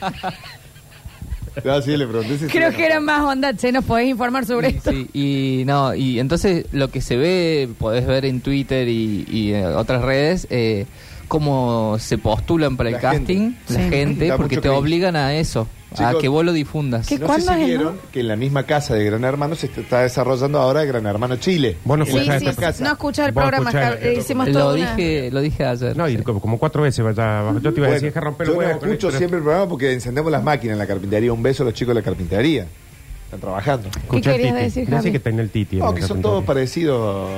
[SPEAKER 3] Ah, sí, le pregunté si
[SPEAKER 1] creo
[SPEAKER 3] sí,
[SPEAKER 1] que era más onda, che, nos podés informar sobre
[SPEAKER 5] Sí,
[SPEAKER 1] esto.
[SPEAKER 5] sí, y no, y entonces lo que se ve, podés ver en Twitter y, y en otras redes, eh, cómo se postulan para el
[SPEAKER 3] La
[SPEAKER 5] casting
[SPEAKER 3] gente.
[SPEAKER 5] la
[SPEAKER 1] Sí.
[SPEAKER 5] gente,
[SPEAKER 3] Da
[SPEAKER 5] porque
[SPEAKER 3] mucho
[SPEAKER 5] te
[SPEAKER 3] cringe.
[SPEAKER 5] obligan a eso, a
[SPEAKER 3] Chicos,
[SPEAKER 5] que vos lo difundas.
[SPEAKER 1] ¿Qué?
[SPEAKER 3] No sé
[SPEAKER 1] ¿Cuándo
[SPEAKER 3] si
[SPEAKER 1] es, no?
[SPEAKER 3] vieron que en la misma casa de Gran Hermano se está desarrollando ahora Gran Hermano Chile.
[SPEAKER 4] Vos no
[SPEAKER 3] En la
[SPEAKER 1] Sí,
[SPEAKER 4] escuchás
[SPEAKER 1] sí,
[SPEAKER 3] misma
[SPEAKER 4] esta
[SPEAKER 1] sí.
[SPEAKER 3] casa.
[SPEAKER 1] no escuchar el
[SPEAKER 4] Vos
[SPEAKER 1] programa,
[SPEAKER 4] escuchá,
[SPEAKER 1] Javi, eh, hicimos
[SPEAKER 5] Lo
[SPEAKER 1] todo una...
[SPEAKER 5] dije, lo dije ayer.
[SPEAKER 4] No, y
[SPEAKER 5] Sí.
[SPEAKER 4] como, como cuatro veces, vaya, yo te iba a decir que romper
[SPEAKER 3] yo
[SPEAKER 4] el
[SPEAKER 3] no
[SPEAKER 4] huevo. con
[SPEAKER 3] escucho
[SPEAKER 4] esto,
[SPEAKER 3] siempre el programa porque encendemos las máquinas en la carpintería. Un beso a los chicos de la carpintería. Están trabajando.
[SPEAKER 4] escuchá
[SPEAKER 1] ¿Qué
[SPEAKER 4] el
[SPEAKER 1] querías
[SPEAKER 4] titi.
[SPEAKER 1] decir,
[SPEAKER 4] No
[SPEAKER 1] Javi?
[SPEAKER 4] sé que está en el titi. en
[SPEAKER 3] No,
[SPEAKER 4] la
[SPEAKER 3] que son
[SPEAKER 4] carpintería.
[SPEAKER 3] todos parecidos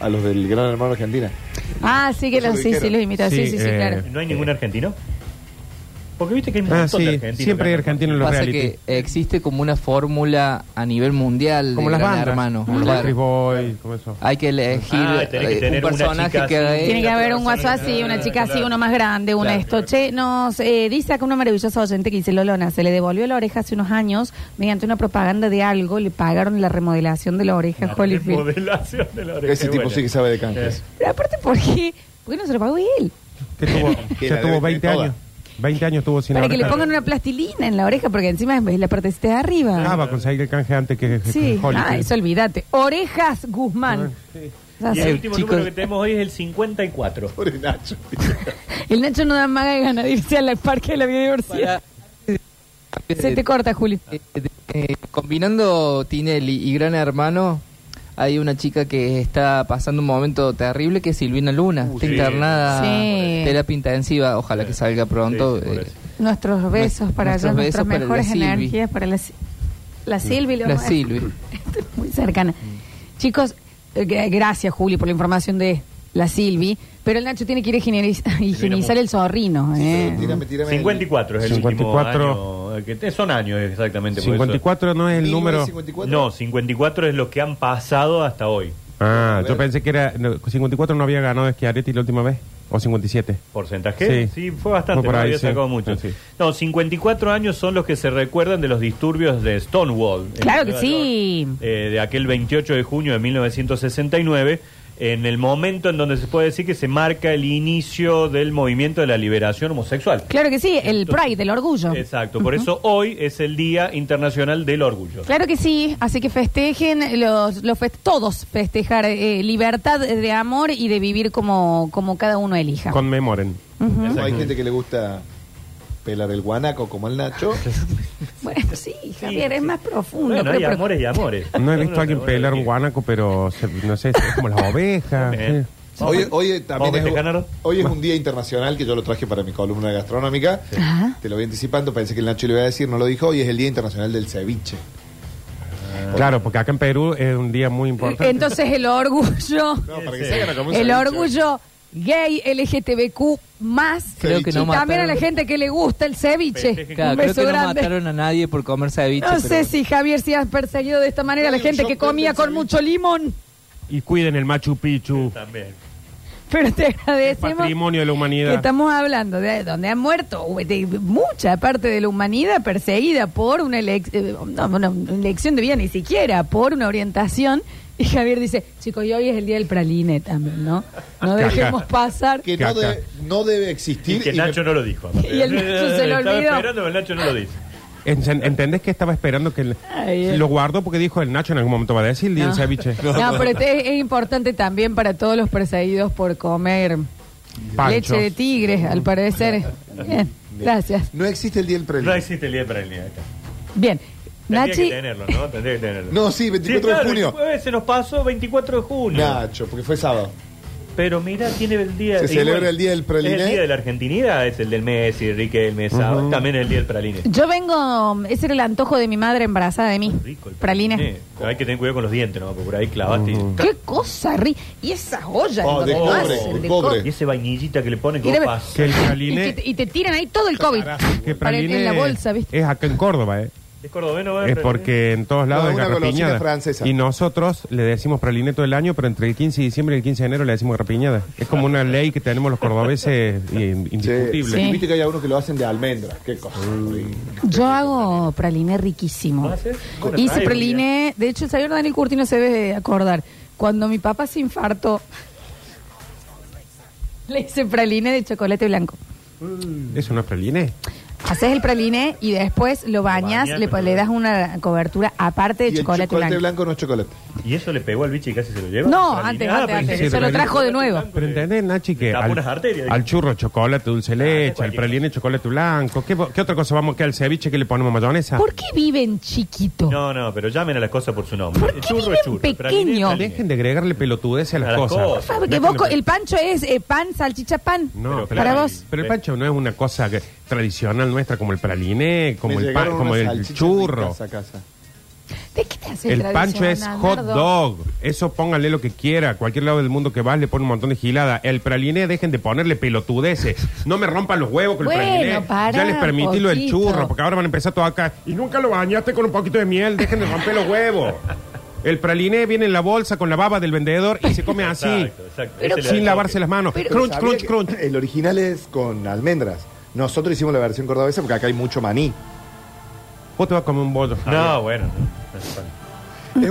[SPEAKER 3] a los del Gran Hermano Argentina.
[SPEAKER 1] Ah, sí, que
[SPEAKER 3] Eso
[SPEAKER 1] lo,
[SPEAKER 3] lo
[SPEAKER 1] sí, sí,
[SPEAKER 3] dijeron.
[SPEAKER 1] lo imita. Sí,
[SPEAKER 4] Sí,
[SPEAKER 1] sí, sí,
[SPEAKER 4] eh,
[SPEAKER 1] claro.
[SPEAKER 2] ¿No hay ningún argentino? Porque viste que hay un
[SPEAKER 4] Ah,
[SPEAKER 2] montón de
[SPEAKER 4] sí,
[SPEAKER 2] argentinos.
[SPEAKER 4] siempre hay
[SPEAKER 2] acá.
[SPEAKER 4] argentinos en los
[SPEAKER 5] Pasa
[SPEAKER 4] reality.
[SPEAKER 5] que existe como una fórmula a nivel mundial
[SPEAKER 4] como
[SPEAKER 5] de
[SPEAKER 4] las
[SPEAKER 5] Gran
[SPEAKER 4] bandas,
[SPEAKER 5] hermano.
[SPEAKER 4] como los
[SPEAKER 5] Claro.
[SPEAKER 4] Backstreet Boys, como eso.
[SPEAKER 5] Hay que elegir
[SPEAKER 2] Ah, tenés que
[SPEAKER 5] eh,
[SPEAKER 2] tener
[SPEAKER 5] un
[SPEAKER 2] una
[SPEAKER 5] personaje
[SPEAKER 2] chica
[SPEAKER 5] que
[SPEAKER 2] así.
[SPEAKER 5] haga
[SPEAKER 1] Tiene que
[SPEAKER 2] la
[SPEAKER 1] haber un guaso
[SPEAKER 2] persona que
[SPEAKER 1] así,
[SPEAKER 2] está-
[SPEAKER 1] una chica así,
[SPEAKER 2] claro.
[SPEAKER 1] uno más grande, una
[SPEAKER 2] Claro,
[SPEAKER 1] esto.
[SPEAKER 2] claro.
[SPEAKER 1] Che, nos eh, dice acá una maravillosa oyente que dice, Lolona, se le devolvió la oreja hace unos años mediante una propaganda de algo, le pagaron la remodelación de la oreja a
[SPEAKER 2] La
[SPEAKER 1] Holyfield.
[SPEAKER 2] remodelación de la oreja,
[SPEAKER 3] Ese tipo
[SPEAKER 2] bueno.
[SPEAKER 3] sí que sabe de canjes.
[SPEAKER 2] Es-
[SPEAKER 1] Pero aparte, ¿por qué? ¿Por qué no se lo pagó él?
[SPEAKER 4] Que tuvo,
[SPEAKER 3] Que
[SPEAKER 4] ya
[SPEAKER 3] la
[SPEAKER 4] tuvo
[SPEAKER 3] debe
[SPEAKER 4] 20
[SPEAKER 3] tener toda.
[SPEAKER 4] años. 20 años tuvo sin
[SPEAKER 1] Para que
[SPEAKER 4] oreja.
[SPEAKER 1] le pongan una plastilina en la oreja, porque encima es la partecita de
[SPEAKER 4] Ah,
[SPEAKER 1] arriba.
[SPEAKER 4] va a conseguir el canje antes que que-
[SPEAKER 1] Sí,
[SPEAKER 4] que Holly.
[SPEAKER 1] ah, eso olvídate. Orejas Guzmán. Ya
[SPEAKER 2] Y el
[SPEAKER 5] Eh,
[SPEAKER 1] sé.
[SPEAKER 2] último
[SPEAKER 5] chicos-
[SPEAKER 2] número que tenemos hoy es el 54.
[SPEAKER 3] Pobre Nacho.
[SPEAKER 1] Eh. El Nacho no da maga de ganas de irse al parque de la biodiversidad.
[SPEAKER 5] Para-
[SPEAKER 1] Se te corta, Juli.
[SPEAKER 5] Eh, eh, combinando Tinelli y Gran Hermano, hay una chica que está pasando un momento terrible que es Silvina Luna.
[SPEAKER 2] Uh,
[SPEAKER 5] está
[SPEAKER 2] sí.
[SPEAKER 5] internada
[SPEAKER 1] Sí.
[SPEAKER 5] en terapia intensiva. Ojalá que salga pronto. Eh,
[SPEAKER 2] Sí, sí, por eso.
[SPEAKER 1] Nuestros besos para
[SPEAKER 5] Nuestros
[SPEAKER 1] ellos, nuestras
[SPEAKER 5] besos para la
[SPEAKER 1] mejores
[SPEAKER 5] Silvi.
[SPEAKER 1] energías para la, Si- la Silvi.
[SPEAKER 5] Eh,
[SPEAKER 1] lo
[SPEAKER 5] la
[SPEAKER 1] vamos a-
[SPEAKER 5] Silvi.
[SPEAKER 1] Estoy muy cercana. Chicos, eh, gra- gracias, Juli, por la información de la Silvi. Pero el Nacho tiene que ir a higieniz- a higienizar
[SPEAKER 2] mucho.
[SPEAKER 1] el zorrino. eh.
[SPEAKER 3] Tírame, tírame.
[SPEAKER 2] 54 es el
[SPEAKER 4] 54.
[SPEAKER 2] último año. que te- son años exactamente. por eso.
[SPEAKER 4] 54 no es el número.
[SPEAKER 3] 1954.
[SPEAKER 2] No, 54 es lo que han pasado hasta hoy,
[SPEAKER 4] Ah,
[SPEAKER 3] A
[SPEAKER 4] yo
[SPEAKER 3] ver.
[SPEAKER 4] pensé que era. no, 54 no había ganado Schiaretti la última vez. O 57.
[SPEAKER 2] porcentaje.
[SPEAKER 4] Sí.
[SPEAKER 2] Sí, fue bastante,
[SPEAKER 4] Fue por
[SPEAKER 2] no
[SPEAKER 4] ahí,
[SPEAKER 2] había
[SPEAKER 4] sí.
[SPEAKER 2] sacado mucho.
[SPEAKER 4] Ah, sí.
[SPEAKER 2] No, 54 años son los que se recuerdan de los disturbios de Stonewall. en
[SPEAKER 1] Claro que
[SPEAKER 2] Nueva
[SPEAKER 1] sí.
[SPEAKER 2] York, eh, de aquel 28 de junio de 1969, en el momento en donde se puede decir que se marca el inicio del movimiento de la liberación homosexual.
[SPEAKER 1] Claro que sí, el Pride, el orgullo.
[SPEAKER 2] Exacto, por eso hoy es el Día Internacional del Orgullo.
[SPEAKER 1] Claro que sí, así que festejen, los, los fest- todos festejar eh, libertad de amor y de vivir como, como cada uno elija.
[SPEAKER 4] Conmemoren.
[SPEAKER 1] Ujú.
[SPEAKER 3] No, hay gente que le gusta pelar el guanaco como el Nacho.
[SPEAKER 1] Bueno, sí, Javier, es más profundo.
[SPEAKER 2] Bueno,
[SPEAKER 1] pero-
[SPEAKER 2] hay
[SPEAKER 1] pero-
[SPEAKER 2] amores y amores.
[SPEAKER 4] No he visto a alguien pelar un guanaco, pero se- no sé, es como las ovejas.
[SPEAKER 2] Bien.
[SPEAKER 4] sí.
[SPEAKER 3] Hoy,
[SPEAKER 2] Vamos
[SPEAKER 3] hoy
[SPEAKER 2] este
[SPEAKER 3] también
[SPEAKER 2] a
[SPEAKER 3] es,
[SPEAKER 2] festejar.
[SPEAKER 3] hoy es un día internacional que yo lo traje para mi columna gastronómica.
[SPEAKER 1] Ajá.
[SPEAKER 3] Te lo voy anticipando, pensé que el Nacho le iba a decir, no lo dijo. Hoy es el día internacional del ceviche.
[SPEAKER 4] Claro, porque acá en Perú es un día muy importante.
[SPEAKER 1] Entonces el orgullo,
[SPEAKER 3] No, para que
[SPEAKER 2] Sí.
[SPEAKER 3] salgan a comer
[SPEAKER 1] el
[SPEAKER 3] ceviche.
[SPEAKER 1] orgullo gay LGTBQ más
[SPEAKER 5] Creo que
[SPEAKER 1] y
[SPEAKER 5] no
[SPEAKER 1] también a
[SPEAKER 5] mataron-
[SPEAKER 1] la gente que le gusta el ceviche.
[SPEAKER 5] Claro,
[SPEAKER 1] un
[SPEAKER 5] creo
[SPEAKER 1] beso
[SPEAKER 5] que no
[SPEAKER 1] grande.
[SPEAKER 5] mataron a nadie por comer ceviche.
[SPEAKER 1] No sé
[SPEAKER 5] pero-
[SPEAKER 1] si Javier si has perseguido de esta manera a la
[SPEAKER 3] Hay un
[SPEAKER 1] gente que
[SPEAKER 3] shop del
[SPEAKER 1] comía con
[SPEAKER 3] ceviche.
[SPEAKER 1] mucho limón,
[SPEAKER 4] Y cuiden el Machu Picchu,
[SPEAKER 2] También.
[SPEAKER 1] pero te agradecemos.
[SPEAKER 4] patrimonio de la
[SPEAKER 1] Que
[SPEAKER 4] humanidad.
[SPEAKER 1] estamos hablando de donde han muerto de mucha parte de la humanidad perseguida por una, elec- eh, no, una elección de vida, ni siquiera por una orientación. Y Javier dice, chicos, y hoy es el día del praline también, ¿no? No dejemos pasar.
[SPEAKER 3] Que no,
[SPEAKER 4] Caca.
[SPEAKER 3] debe, no debe
[SPEAKER 2] Y,
[SPEAKER 3] existir.
[SPEAKER 2] que
[SPEAKER 3] y
[SPEAKER 2] Nacho
[SPEAKER 3] me-
[SPEAKER 2] no lo dijo. aparte.
[SPEAKER 1] Y el Nacho se lo
[SPEAKER 2] Estaba
[SPEAKER 1] olvidó.
[SPEAKER 2] esperando, pero el Nacho no lo dice.
[SPEAKER 4] Enten- ¿Entendés que estaba esperando que el-
[SPEAKER 1] Ay, eh.
[SPEAKER 4] lo guardo porque dijo el Nacho en algún momento va a decir el día del
[SPEAKER 1] No.
[SPEAKER 4] ceviche?
[SPEAKER 1] No, pero este es, es importante también para todos los perseguidos por comer
[SPEAKER 4] Panchos.
[SPEAKER 1] leche de tigre, al parecer. Bien, gracias.
[SPEAKER 3] No existe el día del
[SPEAKER 2] No
[SPEAKER 3] preludio.
[SPEAKER 2] existe el día para el día. acá.
[SPEAKER 1] Bien,
[SPEAKER 2] Tendría
[SPEAKER 1] Nachi,
[SPEAKER 2] que tenerlo, ¿no? Tendría que tenerlo.
[SPEAKER 3] No, sí, 24
[SPEAKER 2] claro,
[SPEAKER 3] de junio.
[SPEAKER 2] el jueves se nos pasó 24 de junio.
[SPEAKER 3] Nacho, porque fue sábado.
[SPEAKER 2] Pero mira, tiene el día.
[SPEAKER 3] Se
[SPEAKER 2] igual,
[SPEAKER 3] celebra el día del praliné.
[SPEAKER 2] Es el día de la Argentinidad, es el del Messi, Enrique, el Mesa. También es el día del Praline.
[SPEAKER 1] yo vengo, ese era el antojo de mi madre embarazada de mí. Pralines.
[SPEAKER 2] Hay que tener cuidado con los dientes, ¿no? Porque por ahí clavaste. y-
[SPEAKER 1] Qué cosa rica. Y esas ollas
[SPEAKER 3] Oh,
[SPEAKER 1] donde
[SPEAKER 3] de
[SPEAKER 1] lo
[SPEAKER 2] cobre,
[SPEAKER 1] hacen,
[SPEAKER 3] de
[SPEAKER 1] de
[SPEAKER 3] cobre.
[SPEAKER 1] cobre.
[SPEAKER 2] Y ese vainillita que le ponen
[SPEAKER 1] Y
[SPEAKER 2] con
[SPEAKER 1] debe-
[SPEAKER 2] paso.
[SPEAKER 4] Que el
[SPEAKER 1] Y
[SPEAKER 4] praliné,
[SPEAKER 1] te, y te tiran ahí todo el COVID.
[SPEAKER 4] que
[SPEAKER 1] Para- en,
[SPEAKER 4] praliné
[SPEAKER 1] la bolsa, ¿viste?
[SPEAKER 4] es acá en Córdoba, ¿eh?
[SPEAKER 2] Es cordobeno, ¿verdad?
[SPEAKER 4] Es porque en todos lados
[SPEAKER 3] No,
[SPEAKER 4] es
[SPEAKER 3] una golosina
[SPEAKER 4] garrapiñada.
[SPEAKER 3] francesa.
[SPEAKER 4] Y nosotros le decimos praliné todo el año, pero entre el 15 de diciembre y el 15 de enero le decimos garrapiñada. Es como una ley que tenemos los cordobeses eh,
[SPEAKER 3] Sí.
[SPEAKER 4] indiscutible.
[SPEAKER 1] Sí.
[SPEAKER 3] Viste que hay algunos que lo hacen de almendra. Qué cosa.
[SPEAKER 1] Yo hago praliné riquísimo.
[SPEAKER 2] ¿Lo haces? Bueno,
[SPEAKER 1] Hice
[SPEAKER 2] trae,
[SPEAKER 1] praliné. De hecho, el señor Daniel Curtino se debe acordar. Cuando mi papá se infartó, le hice praliné de chocolate blanco.
[SPEAKER 4] Eso no es praliné.
[SPEAKER 1] Haces el praliné y después lo bañas,
[SPEAKER 2] bañas
[SPEAKER 1] le,
[SPEAKER 2] con
[SPEAKER 1] le das una cobertura aparte de
[SPEAKER 3] Y el
[SPEAKER 1] chocolate,
[SPEAKER 3] chocolate
[SPEAKER 1] blanco.
[SPEAKER 3] blanco no es chocolate.
[SPEAKER 2] Y ¿Y eso le pegó al bicho y casi se lo lleva?
[SPEAKER 1] No,
[SPEAKER 2] ¿Para
[SPEAKER 1] antes,
[SPEAKER 2] Lina?
[SPEAKER 1] antes,
[SPEAKER 2] Ah,
[SPEAKER 1] antes.
[SPEAKER 2] pensé que
[SPEAKER 4] Se
[SPEAKER 2] era
[SPEAKER 4] lo
[SPEAKER 2] el
[SPEAKER 1] trajo de
[SPEAKER 2] blanco,
[SPEAKER 1] nuevo.
[SPEAKER 2] blanco,
[SPEAKER 4] Pero entendés, Nachi, que
[SPEAKER 2] Tapó
[SPEAKER 4] al,
[SPEAKER 2] unas arterias,
[SPEAKER 4] al
[SPEAKER 2] digamos.
[SPEAKER 4] churro chocolate dulce
[SPEAKER 2] Ah,
[SPEAKER 4] leche, al
[SPEAKER 2] cualquier
[SPEAKER 4] praline chocolate blanco, ¿qué, qué otra cosa vamos que al ceviche que le ponemos mayonesa?
[SPEAKER 1] ¿Por qué viven chiquito?
[SPEAKER 2] No, no, pero llamen a las cosas por su nombre.
[SPEAKER 1] ¿Por
[SPEAKER 2] El
[SPEAKER 1] qué
[SPEAKER 2] churro
[SPEAKER 1] viven
[SPEAKER 2] es churro. pero Lina es
[SPEAKER 1] pequeño?
[SPEAKER 2] Lina.
[SPEAKER 4] Dejen de agregarle pelotudeces a las,
[SPEAKER 2] A las
[SPEAKER 4] cosas.
[SPEAKER 2] cosas.
[SPEAKER 1] Ah, Porque vos, co- el pancho es eh, pan, salchicha, pan.
[SPEAKER 4] No,
[SPEAKER 2] Pero
[SPEAKER 4] pero,
[SPEAKER 1] para
[SPEAKER 4] el-
[SPEAKER 1] vos.
[SPEAKER 4] pero el pancho no es una cosa que- tradicional nuestra como el praliné, como el pan, como el churro.
[SPEAKER 1] ¿De qué te haces
[SPEAKER 4] El
[SPEAKER 1] tradición,
[SPEAKER 4] pancho es hot
[SPEAKER 1] Este Nardo?
[SPEAKER 4] dog. Eso póngale lo que quiera. Cualquier lado del mundo que vas le pone un montón de gilada. El praliné, dejen de ponerle pelotudeces. No me rompan los huevos con
[SPEAKER 1] Bueno,
[SPEAKER 4] el praliné.
[SPEAKER 1] pará,
[SPEAKER 4] ya les permití lo del
[SPEAKER 1] poquito.
[SPEAKER 4] churro, porque ahora van a empezar todo acá. Y nunca lo bañaste con un poquito de miel. Dejen de romper los huevos. El praliné viene en la bolsa con la baba del vendedor y se come así.
[SPEAKER 2] Exacto, exacto.
[SPEAKER 1] Pero-
[SPEAKER 2] Ese le da
[SPEAKER 4] sin
[SPEAKER 2] el
[SPEAKER 4] lavarse
[SPEAKER 2] toque.
[SPEAKER 4] las manos.
[SPEAKER 1] Pero-
[SPEAKER 4] crunch, crunch, crunch.
[SPEAKER 3] El original es con almendras. Nosotros hicimos la versión cordobesa porque acá hay mucho maní.
[SPEAKER 4] Vos te vas a comer un bollo.
[SPEAKER 2] No, bueno.
[SPEAKER 3] Es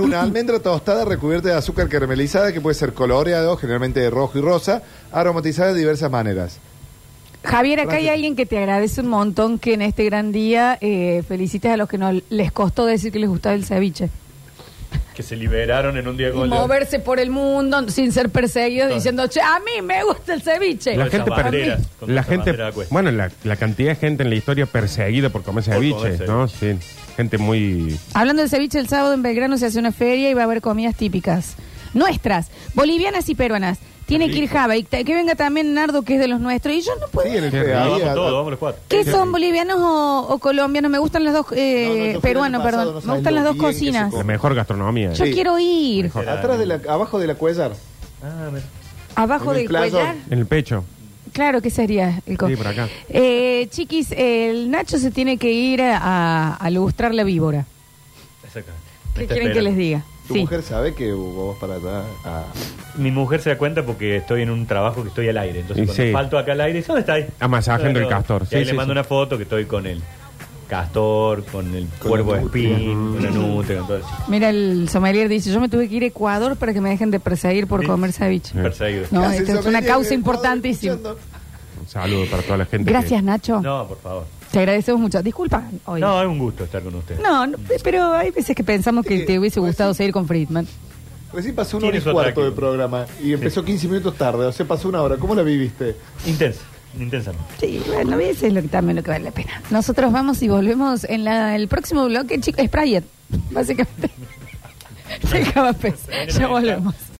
[SPEAKER 3] una almendra tostada recubierta de azúcar caramelizada que puede ser coloreado, generalmente de rojo y rosa, aromatizada de diversas maneras.
[SPEAKER 1] Javier, acá hay
[SPEAKER 3] Gracias.
[SPEAKER 1] alguien que te agradece un montón que en este gran día eh, felicites a los que no les costó decir que les gustaba el ceviche.
[SPEAKER 2] Que se liberaron en un día
[SPEAKER 1] Y
[SPEAKER 2] con
[SPEAKER 1] moverse por el mundo sin ser perseguidos
[SPEAKER 2] Claro.
[SPEAKER 1] diciendo, che, a mí me gusta el ceviche.
[SPEAKER 4] La
[SPEAKER 2] Con
[SPEAKER 4] gente,
[SPEAKER 2] esas
[SPEAKER 4] per-
[SPEAKER 2] banderas, con
[SPEAKER 4] la
[SPEAKER 2] esas
[SPEAKER 4] gente
[SPEAKER 2] banderas pues. a cuesta.
[SPEAKER 4] bueno, la, la cantidad de gente en la historia perseguida por comer ceviche,
[SPEAKER 2] comer
[SPEAKER 4] ¿no? Sí, gente muy...
[SPEAKER 1] Hablando del ceviche, el sábado en Belgrano se hace una feria y va a haber comidas típicas. Nuestras, bolivianas y peruanas. Tiene que ir Java y ta- que venga también Nardo, que es de los nuestros. Y yo no puedo.
[SPEAKER 3] Sí, en el
[SPEAKER 4] Qué
[SPEAKER 3] que
[SPEAKER 4] rico.
[SPEAKER 2] Vamos
[SPEAKER 3] había-
[SPEAKER 2] todos, vamos los cuatro.
[SPEAKER 1] ¿Qué son bolivianos o, o colombianos? Me gustan las dos, eh,
[SPEAKER 3] No, no, yo fui el
[SPEAKER 1] peruanos,
[SPEAKER 3] año pasado,
[SPEAKER 1] perdón.
[SPEAKER 3] no
[SPEAKER 1] me
[SPEAKER 3] sabes
[SPEAKER 1] gustan
[SPEAKER 3] lo
[SPEAKER 1] las dos
[SPEAKER 3] bien que se
[SPEAKER 1] cocinas.
[SPEAKER 4] La mejor gastronomía. ¿eh?
[SPEAKER 1] Yo
[SPEAKER 3] Sí.
[SPEAKER 1] quiero ir.
[SPEAKER 2] Mejor.
[SPEAKER 3] Atrás de la, abajo de la cuellar.
[SPEAKER 2] Ah, mira.
[SPEAKER 1] Abajo
[SPEAKER 3] En el
[SPEAKER 1] del
[SPEAKER 3] plazo.
[SPEAKER 1] cuellar.
[SPEAKER 4] En el pecho.
[SPEAKER 1] Claro que sería el co-
[SPEAKER 4] Sí, por acá.
[SPEAKER 1] Eh, chiquis, el Nacho se tiene que ir a, a lustrar la víbora.
[SPEAKER 2] Exactamente. Me
[SPEAKER 1] ¿Qué
[SPEAKER 2] está
[SPEAKER 1] quieren que les
[SPEAKER 2] esperando.
[SPEAKER 1] diga?
[SPEAKER 3] Tu
[SPEAKER 1] Sí.
[SPEAKER 3] mujer sabe que vos vas para allá. Ah.
[SPEAKER 2] Mi mujer se da cuenta porque estoy en un trabajo que estoy al aire. Entonces,
[SPEAKER 4] Y
[SPEAKER 2] cuando
[SPEAKER 4] sí. Ah,
[SPEAKER 2] falto acá al aire, ¿dónde está ahí?
[SPEAKER 4] Amasajeando el castor.
[SPEAKER 2] Y ahí
[SPEAKER 4] Sí,
[SPEAKER 2] le
[SPEAKER 4] sí,
[SPEAKER 2] mando
[SPEAKER 4] sí.
[SPEAKER 2] una foto que estoy con el castor, con el
[SPEAKER 3] Con
[SPEAKER 2] cuervo
[SPEAKER 3] la
[SPEAKER 2] de
[SPEAKER 3] nutria.
[SPEAKER 2] espín, con la nutria, con todo eso.
[SPEAKER 1] Mira, el sommelier dice, yo me tuve que ir a Ecuador para que me dejen de perseguir por
[SPEAKER 2] Sí.
[SPEAKER 1] comer ceviche.
[SPEAKER 2] Perseguido.
[SPEAKER 1] No,
[SPEAKER 3] Casi
[SPEAKER 1] esta es
[SPEAKER 3] se
[SPEAKER 1] una
[SPEAKER 3] me-
[SPEAKER 1] causa
[SPEAKER 3] eh,
[SPEAKER 1] importantísima.
[SPEAKER 3] escuchando.
[SPEAKER 4] Un saludo para toda la gente.
[SPEAKER 1] Gracias, Nacho.
[SPEAKER 2] No, por favor.
[SPEAKER 1] Te agradecemos mucho. Disculpa hoy.
[SPEAKER 2] No, es un gusto estar con ustedes.
[SPEAKER 1] No, no, pe- pero hay veces que pensamos que
[SPEAKER 3] Sí,
[SPEAKER 1] te hubiese
[SPEAKER 3] pues
[SPEAKER 1] gustado
[SPEAKER 3] sí.
[SPEAKER 1] seguir con Friedman.
[SPEAKER 3] Recién pasó una hora
[SPEAKER 2] Tiene
[SPEAKER 3] y
[SPEAKER 2] su
[SPEAKER 3] cuarto
[SPEAKER 2] atractivo.
[SPEAKER 3] de programa y empezó 15 minutos tarde, o sea, pasó una hora. ¿Cómo la viviste?
[SPEAKER 2] Intensa, intensamente.
[SPEAKER 1] Sí, bueno, a veces lo que también lo que vale la pena. Nosotros vamos y volvemos en la- el próximo bloque, chicos, Sprayer, básicamente. Se acaba pez. Ya volvemos.